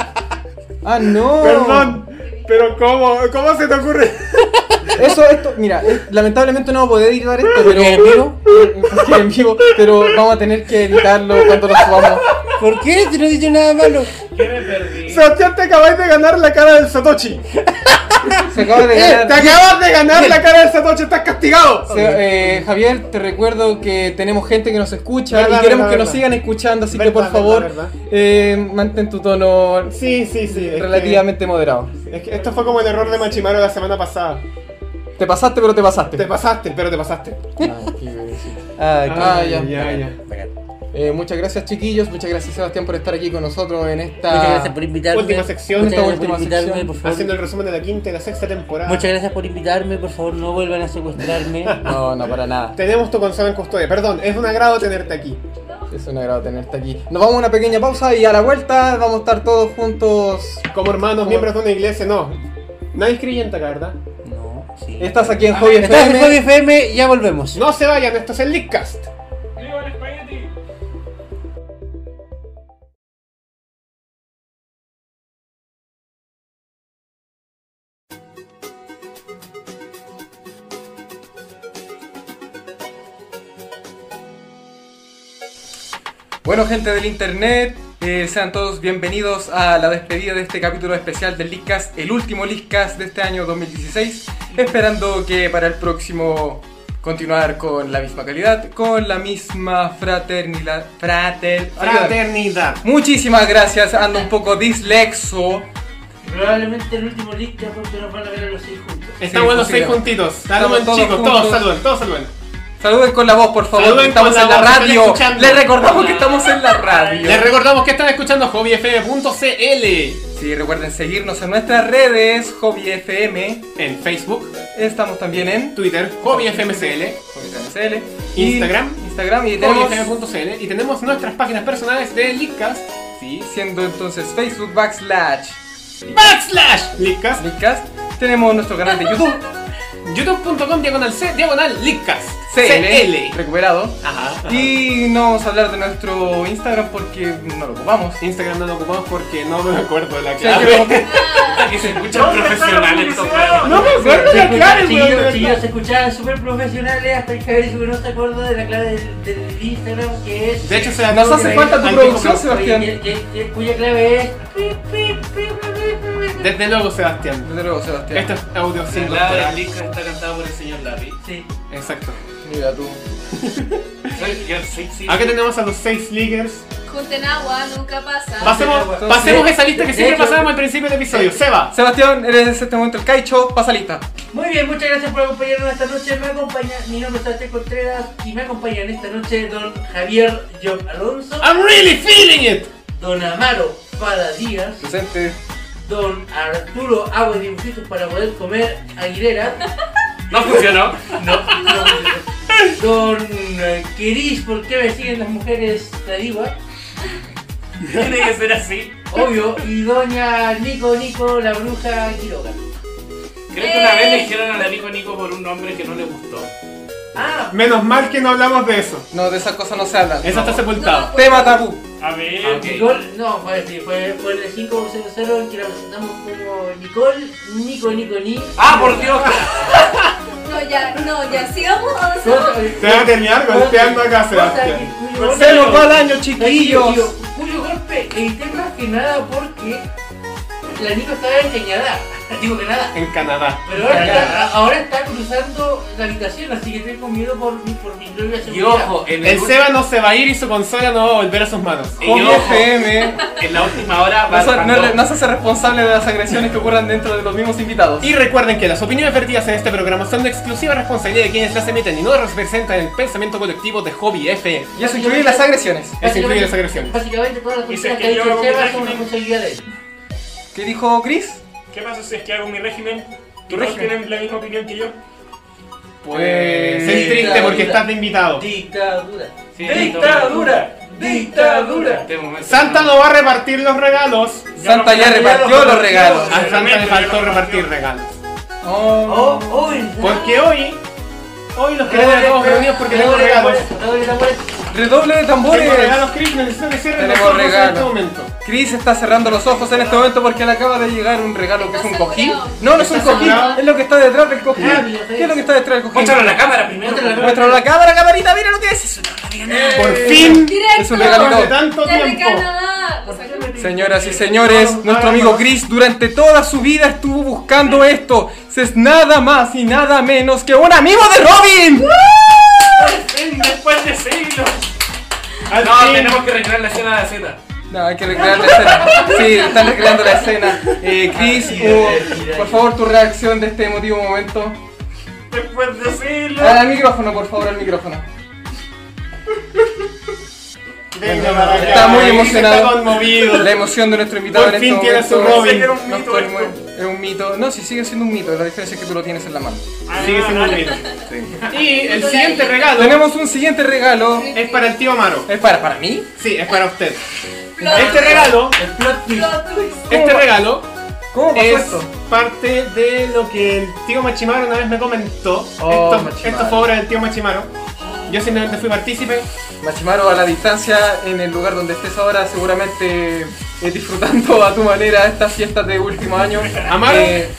C: Ah, no.
B: Perdón. Pero ¿cómo? ¿Cómo se te ocurre?
C: <laughs> Eso, esto, mira, es- lamentablemente no voy a poder editar esto, pero.
D: ¿Porque en vivo?
C: <laughs> Porque en vivo, pero vamos a tener que editarlo cuando lo subamos.
D: ¿Por qué? Te no he dicho nada malo.
H: ¿Qué me perdí?
B: <laughs> Sebastián, te acabas de ganar la cara del Satoshi.
C: <laughs>
B: Eh,
C: Se acaba de
B: Te
C: ganar.
B: acabas de ganar la cara del Satoshi. Estás castigado.
C: Se- eh, Javier, te recuerdo que tenemos gente que nos escucha
B: Verdad,
C: y
B: verdad,
C: queremos que
B: verdad.
C: nos sigan escuchando, así
B: Verdad,
C: que por
B: verdad,
C: favor,
B: verdad.
C: eh, mantén tu tono
B: Sí, sí, sí. es que-
C: relativamente moderado.
B: Es que esto fue como el error de Machimaro la semana pasada.
C: Te pasaste, pero te pasaste. <laughs>
B: Te Ah, pasaste, pero te pasaste.
C: Ah, ya.
B: ya.
C: Eh, muchas gracias, chiquillos. Muchas gracias, Sebastián, por estar aquí con nosotros en esta.
D: Muchas gracias por invitarme.
B: Última sección.
D: Muchas gracias
C: Última
D: por invitarme,
C: sección.
D: por favor.
B: Haciendo el resumen de la quinta y la sexta temporada.
D: Muchas gracias por invitarme, por favor, no vuelvan
B: <laughs>
D: a secuestrarme.
C: No, no, para nada.
B: Tenemos tu consola en custodia. Perdón, es un agrado tenerte aquí.
C: Es un agrado tenerte aquí. Nos vamos a una pequeña pausa y a la vuelta vamos a estar todos juntos.
B: Como hermanos,
C: Como-
B: miembros de una iglesia, no. Nadie es creyente acá, ¿verdad?
D: No, sí.
C: Estás aquí en Hobby
D: Estás en Hobby
C: FM.
D: FM, ya volvemos.
B: No se vayan, esto es el Leakcast.
H: ¡Viva el espagueti!
C: Bueno, gente del internet, eh, sean todos bienvenidos a la despedida de este capítulo especial del Leadcast, el último Leadcast de este año 2016. Esperando que para el próximo continuar con la misma calidad, con la misma fraternidad. Frater,
B: Fraternidad.
C: Muchísimas gracias, ando un poco dislexo.
D: Probablemente el último link porque nos van a ver a los seis juntos.
B: Estamos
C: Sí,
B: los seis
C: sí,
B: juntitos.
C: Estamos
B: Saluden,
C: todos
B: chicos.
C: juntos.
B: Todos saluden, todos saluden.
C: Saluden con la voz, por favor.
B: Saluden
C: estamos
B: con la
C: en la
B: voz, están
C: radio.
B: escuchando.
C: Les recordamos que estamos en la radio.
B: Les recordamos que están escuchando hobbyfm.cl
C: Sí, recuerden seguirnos en nuestras redes, Hobby FM.
B: en Facebook,
C: Estamos también en
B: Twitter, hobbyfmcl,
C: Hobby CL.
B: Instagram.
C: Y, Instagram y tenemos
B: hobbyfm.cl y tenemos nuestras páginas personales de Leakcast.
C: sí, siendo entonces Facebook backslash
B: backslash
E: Eh,
B: Leakcast.
C: Leakcast, tenemos nuestro canal de YouTube, <laughs>
B: YouTube.com diagonal C diagonal Leakcast.
C: CL, recuperado.
B: Ajá.
C: Y no vamos a hablar de nuestro Instagram porque no lo ocupamos.
B: Instagram no lo ocupamos porque no me acuerdo de la
C: O sea, que
B: clave.
C: vamos-
H: Que se escucha profesional esto, weón.
B: No me acuerdo de la clave,
D: Chiquillos,
B: weón, de
D: chiquillos,
B: verdad.
D: se escuchaban súper profesionales hasta el cabello que no se acuerda de la clave del, del Instagram que es.
B: De hecho, eh, se
C: Nos hace falta tu producción, Sebastián.
D: Oye, que- que- que- cuya clave es.
B: Desde luego, Sebastián.
C: Desde luego, Sebastián.
B: Esto es audio sin
H: La
B: doctorado.
H: de Lika está cantada por el señor Larry.
D: Sí.
B: Exacto.
C: Mira tú.
H: Soy yo, sí, sí.
B: Acá tenemos a los 6 leakers.
F: Junten agua, nunca pasa.
B: Pasemos,
C: Entonces-
B: pasemos esa lista que siempre
D: hecho-
B: pasábamos al principio del episodio. Seba.
C: Sebastián, eres en este momento el Kaicho, pasa lista.
D: Muy bien, muchas gracias por acompañarnos esta noche. Me acompaña, mi nombre es Sebastián Contreras y me acompañan esta noche don Javier John Alonso,
B: I'm really feeling it.
D: don Amaro Fada Díaz,
C: Presente.
D: don Arturo Agua Dibujitos para poder comer Aguilera.
H: No funcionó.
D: No, no, Don eh, Kiris, ¿por qué me siguen las mujeres la diva?
H: Tiene que ser así.
D: Obvio, y doña Nico Nico, la bruja Quiroga.
H: Creo que una vez le dijeron a la Nico Nico por un nombre que no le gustó.
D: Ah,
B: Menos mal que no hablamos de eso.
C: No, de esas cosas no se habla.
B: Eso está
F: Eh,
B: sepultado.
F: pues,
C: Tema tabú.
H: A ver, ok.
D: Nicole, no, fue así, fue, fue en el 500 en que la presentamos como Nicole, Nico Nico Ni.
H: Ah, por Dios.
F: No, ya, no, ya, sigamos
D: Cosa-
F: avanzando.
B: Te van a terminar golpeando acá,
D: cosa
B: Sebastián.
D: que Julio
H: Se nos
D: Golpe-
H: va
C: el año, chiquillos.
D: Tranquilo, tío. Julio Golpe edité más que nada porque la Nico estaba en Canadá. <laughs> Digo que nada.
B: En Canadá.
D: Pero ahora está, ahora está cruzando la habitación, así que tengo miedo por mi, por mi propia
H: Y
D: seguridad.
H: ojo, en
B: El
H: el
B: Seba no se va a ir y su consola no va a volver a sus manos.
H: Y
C: Con
H: ojo,
C: FM.
H: en la última hora va
C: No, se- no le-
H: bajando.
C: no se hace responsable de las agresiones que ocurran dentro de los mismos invitados.
B: Y recuerden que las opiniones vertidas en este programa son de exclusiva responsabilidad de quienes las emiten y no representan el pensamiento colectivo de Hobby F.
C: Y eso incluye las agresiones. Pues,
B: Eso incluye
D: Básicamente-
B: las agresiones.
D: Básicamente todas las
H: Y si
D: cosas
H: es
D: que
H: que
D: ha
H: yo
D: dicho
H: hago mi
D: Seba son
H: régimen.
D: responsabilidad de él.
C: ¿Qué dijo Chris?
H: ¿Qué pasa si es que hago mi régimen? ¿Tú
C: régimen?
H: tienen la misma opinión que yo?
B: Pues es
D: Sí,
B: triste
D: claro,
B: porque
D: claro.
B: estás de invitado.
D: Dictadura.
H: ¡Dictadura!
D: ¡Dictadura!
B: Santa no va a repartir los regalos.
C: Santa ya repartió los regalos.
B: A Santa le
H: Realmente,
B: faltó
H: yo no
B: repartir
H: repartió.
B: regalos.
D: Oh,
C: Oh.
D: oh, ¿verdad?
B: Porque hoy, hoy los queremos a todos reunidos porque tenemos
D: Doble
B: regalos.
D: tambores, doble tambores.
C: Redoble de tambores.
B: Tengo regalos, Chris, necesito que cierren los
C: Tenemos
B: ojos en
C: regalos. Eh,
B: este momento.
C: Chris está cerrando los ojos en este momento porque le acaba de llegar un regalo que es un cojín. No, no es un
F: ¿Está
C: cojín,
B: asegurado?
C: es lo que está detrás del cojín.
D: Ah, mira,
C: ¿Qué es lo que está detrás del cojín?
H: Muéstralo a la cámara Eh. primero.
D: Muéstralo a la cámara.
C: Muéstralo a la cámara, camarita, mira lo que es. Es una regalada.
B: Por fin,
F: Directo.
C: Es un regalito.
B: de tanto
F: Desde
B: tiempo.
F: Canadá. Lo saco.
C: Señoras y señores, nuestro amigo Chris durante toda su vida estuvo buscando esto. Se Es nada más y nada menos que un amigo de Robin.
H: Después de siglos.
B: Al
H: No,
B: fin.
H: tenemos que recrear la escena de la Z.
C: No, hay que recrear la escena. Sí, están recreando la escena. Eh, Chris, oh, por favor, tu reacción de este emotivo momento.
H: Después de siglos.
C: Al micrófono, por favor, al micrófono.
B: Venga, para acá.
C: Está muy
B: Chris
C: emocionado.
B: Está conmovido.
C: La emoción de nuestro invitado
B: Por
C: en
B: fin
C: este
B: tiene su
C: momento
B: Robin.
H: Pensé que era un
C: nos
H: mito
C: conmueve.
H: esto.
C: Es un mito. No, si sigue siendo un mito, la diferencia es que tú lo tienes en la mano.
B: Sigue siendo un mito. Ah, Y el siguiente regalo
C: Tenemos un siguiente regalo.
B: es para el tío Amaro.
C: ¿Es para, para mí?
B: Sí, es para usted.
F: Plot
B: Este regalo,
D: El plot twist.
F: Plot twist.
B: este regalo
C: ¿Cómo pasó
B: es
C: esto?
B: parte de lo que el tío Machimaro una vez me comentó.
C: Oh,
B: esto,
C: Machimaro.
B: esto fue obra del tío Machimaro. Yo simplemente fui partícipe.
C: Machimaro, a la distancia, en el lugar donde estés ahora, seguramente eh, disfrutando a tu manera estas fiestas de último año.
B: Amaro.
C: Eh,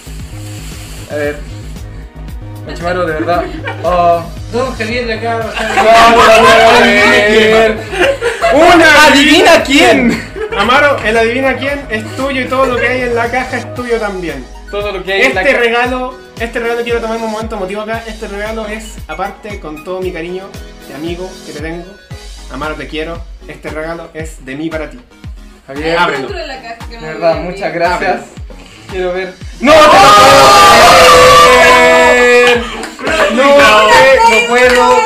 C: a ver. Machimaro, de verdad. Oh.
D: Don Javier le acaba de bajar.
C: ¡Una! ¿Adivina quién?
B: Amaro, el adivina quién es tuyo y todo lo que hay en la caja es tuyo también.
C: Todo lo que hay en la
B: Este
C: ca-
B: regalo, este regalo quiero tomar un momento motivo acá. Este regalo es, aparte, con todo mi cariño de amigo que te tengo. Amaro, te quiero. Este regalo es de mí para ti.
F: Hay
C: Javier,
F: algo
B: ábrelo.
F: dentro de la caja que
C: de
F: no
C: verdad,
F: voy a
C: muchas
F: abrir.
C: gracias. Quiero ver. ¡No! ¡No! ¡No puedo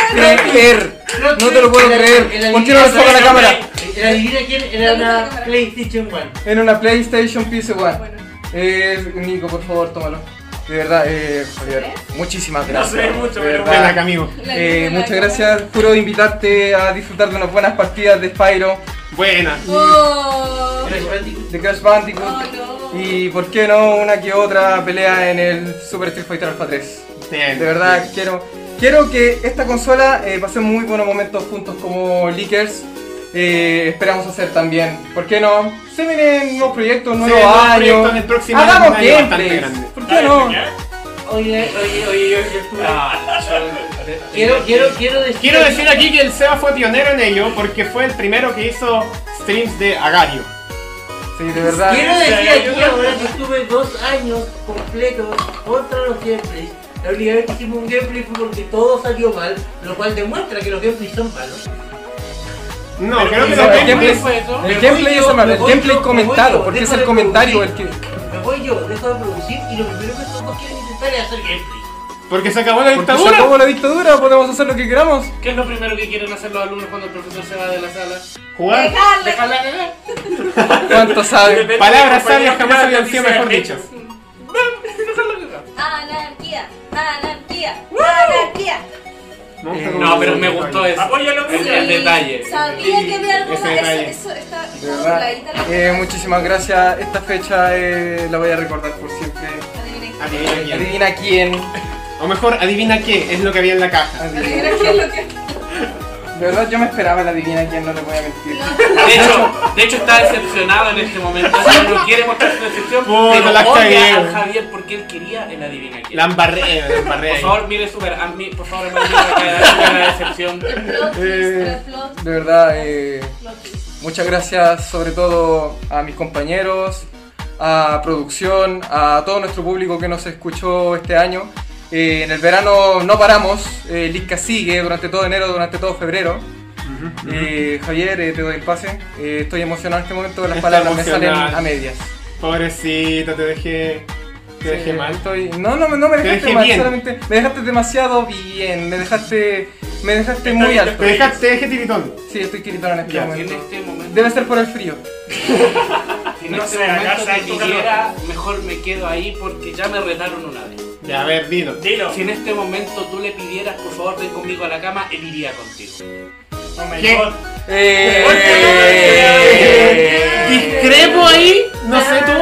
C: creer! ¡No te lo puedo creer! ¿Por qué no lo pongo a la cámara?
D: El adivina quién era una PlayStation 1.
C: En una PlayStation PS1.
F: Ah, Bueno,
C: Eh, Nico, por favor, tómalo. De verdad, eh, Javier, muchísimas gracias.
H: se ve mucho,
C: de
H: pero
C: verdad.
B: Ven acá, amigo.
F: la luz
C: Eh,
F: de la
C: muchas
F: cámara.
C: gracias, juro invitarte a disfrutar de unas buenas partidas de Spyro.
B: Buena.
F: Oh,
C: de Crash Bandicoot.
F: oh no.
C: Y por qué no una que otra pelea en el Super Street Fighter Alpha 3.
B: Bien.
C: De verdad, quiero, quiero que esta consola eh, pasemos muy buenos momentos juntos como Leakers. Eh, esperamos hacer también. ¿Por qué no? Se vienen nuevos proyectos,
B: Sí,
C: nuevos
B: nuevos
C: años.
B: proyectos, el próximo año
C: Hagamos
B: es un año
C: gameplays.
B: bastante grande. ¿eh?
C: ¿Por qué no?
D: Oye, oye, oye, yo, yo estuve-
B: Ah,
D: quiero, quiero, quiero decir.
B: Quiero decir aquí que el Seba fue pionero en ello porque fue el primero que hizo streams de Agario.
C: Sí, de verdad.
D: Quiero
B: Sí,
D: decir
C: Ah,
D: aquí
B: yo-
D: ahora que estuve dos años completos contra los gameplays. La única vez que hicimos un gameplay fue porque todo salió mal, lo cual demuestra que los gameplays son malos.
B: No,
H: Pero
B: creo que
H: hizo
B: lo
C: el
B: que
C: gameplay-
B: fue eso.
C: El
D: Me
C: gameplay
D: voy
C: es
D: yo,
C: amable,
D: me
C: el
D: voy
C: gameplay
D: yo, me
C: comentado,
D: voy
C: porque
D: yo,
C: es el
D: dejo de
C: comentario el que.
D: producir. Me voy yo, dejo de producir y lo primero que estos dos quieren intentar es hacer gameplay.
B: Porque se acabó la
C: Porque se acabó
B: dictadura.
C: la dictadura, podemos hacer lo que queramos.
E: ¿Qué es lo primero que quieren hacer los alumnos cuando el profesor se va de la sala?
B: Jugar.
F: Dejarle.
E: Dejarla cagar.
B: <laughs>
C: ¿Cuánto saben?
B: Palabras sabias jamás habían sido mejor dichas.
F: Anarquía. Anarquía. Anarquía.
E: No, pero me gustó eso.
H: Apóyalo,
E: Es el detalle.
F: Sabía que había algo
B: Ese
F: más.
B: detalle.
F: Eso, eso está, está
C: De verdad.
F: dobladita la
C: Eh,
F: cosa.
C: muchísimas gracias. Esta fecha eh, la voy a recordar por siempre.
F: Adiviné.
B: Adivina quién.
C: Adivina
B: <laughs>
C: quién.
B: O mejor, adivina qué es lo que había en la caja.
C: Adivina.
F: Adiviné qué es lo que.
C: De verdad yo me esperaba la adivina quién, no te voy a mentir.
E: De hecho, de hecho está decepcionado en este momento. No quiere mostrar su decepción.
B: Puta,
E: pero
B: la cagué,
E: odia
B: güey.
E: a Javier porque él quería el adivina quién.
B: La embarré, la embarré.
E: Por
B: ahí.
E: favor, mire su ver- a mí, por favor, hermano, mire acá, la decepción.
F: El plot twist,
C: Eh,
F: el plot
C: De verdad, eh,
F: plot twist.
C: muchas gracias sobre todo a mis compañeros, a producción, a todo nuestro público que nos escuchó este año. Eh, en el verano no paramos, eh, Lizca sigue durante todo enero, durante todo febrero. Eh, Javier, eh, te doy el pase. Eh, estoy emocionado en este momento, las
B: Está
C: palabras me salen
B: emocionado.
C: a medias.
B: Pobrecito, te dejé. Te dejé
C: Sí,
B: mal.
C: estoy- No, no, no me
B: Te
C: dejaste
B: dejé
C: mal,
B: bien.
C: solamente me dejaste demasiado bien, me dejaste, me dejaste
H: Está
C: muy
H: bien,
C: alto.
B: Te dejé, te dejé tiritón.
C: Sí, estoy tiritón en este
B: Ya,
E: En
C: momento.
E: este momento.
C: Debe ser por el frío.
E: En
H: No
E: este
H: sé, acá
E: momento
H: se ha
E: que
H: tocado.
E: quiera, mejor me quedo ahí porque ya me retaron una vez.
B: Ya, a ver, dilo.
H: Dilo.
E: Si en este momento tú le pidieras, por favor, ven conmigo a la cama, él iría contigo.
H: Oh my
B: ¿Qué?
H: God.
C: Eh,
B: Discrepo ahí, no sé tú.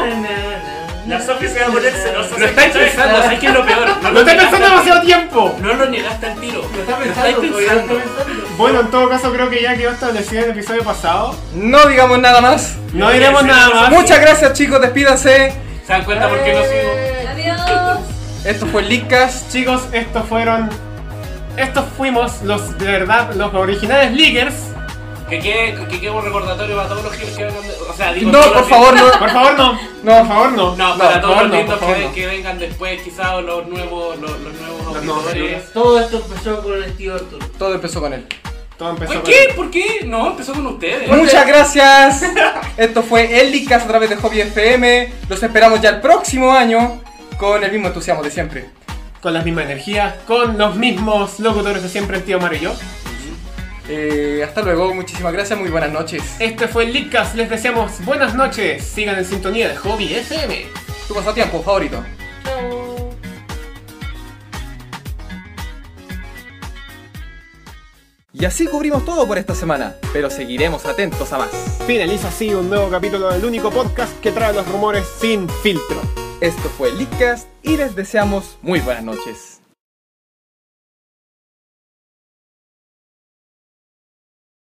H: La Sophie se va a poner celosa.
E: Lo estáis pensando, ¿sabes qué es lo peor?
B: Lo estoy pensando demasiado tiempo.
E: No lo negaste al tiro. Lo
D: Está
E: estáis
D: pensando, todavía lo está
E: pensando.
D: pensando.
B: Bueno, en todo caso creo que ya quedó establecido en el episodio pasado.
C: No digamos nada más.
B: No diremos nada más.
C: Muchas gracias chicos, despídanse.
E: ¿Se dan cuenta por qué no sigo?
F: Eh. Adiós.
C: Esto fue Leakcast.
B: Chicos, estos fueron. Estos fuimos los de verdad, los originales leakers.
E: Que quede, que quede un recordatorio para todos los que que vengan. de- O sea, digo,
C: No,
E: todos los
C: por
E: que-
C: favor, no.
B: Por favor, no.
C: No.
B: por favor, no.
E: No,
C: No,
E: para
C: por favor,
E: todos los
C: no,
E: lindos
C: por favor,
E: que,
C: no.
E: que vengan después, quizás los nuevos, los, los nuevos
B: Los nuevos
E: auditores.
D: Todo esto empezó con el tío Arturo.
C: Todo empezó con él.
B: Todo empezó
E: Pues,
B: con-
E: ¿Qué? ¿Por qué? No, empezó con ustedes.
C: Muchas gracias. Esto fue el Leakcast a través de Hobby FM. Los esperamos ya el próximo año con el mismo entusiasmo de siempre.
B: Con las mismas energías, con los mismos locutores de siempre, el tío Mario y yo.
C: Eh, hasta luego, muchísimas gracias, muy buenas noches.
B: Este fue el Leakcast, les deseamos buenas noches. Sigan en sintonía de Hobby FM.
C: Tu pasatiempo favorito. Y así cubrimos todo por esta semana, pero seguiremos atentos a más.
B: Finaliza así un nuevo capítulo del único podcast que trae los rumores sin filtro.
C: Esto fue Leakcast y les deseamos muy buenas noches.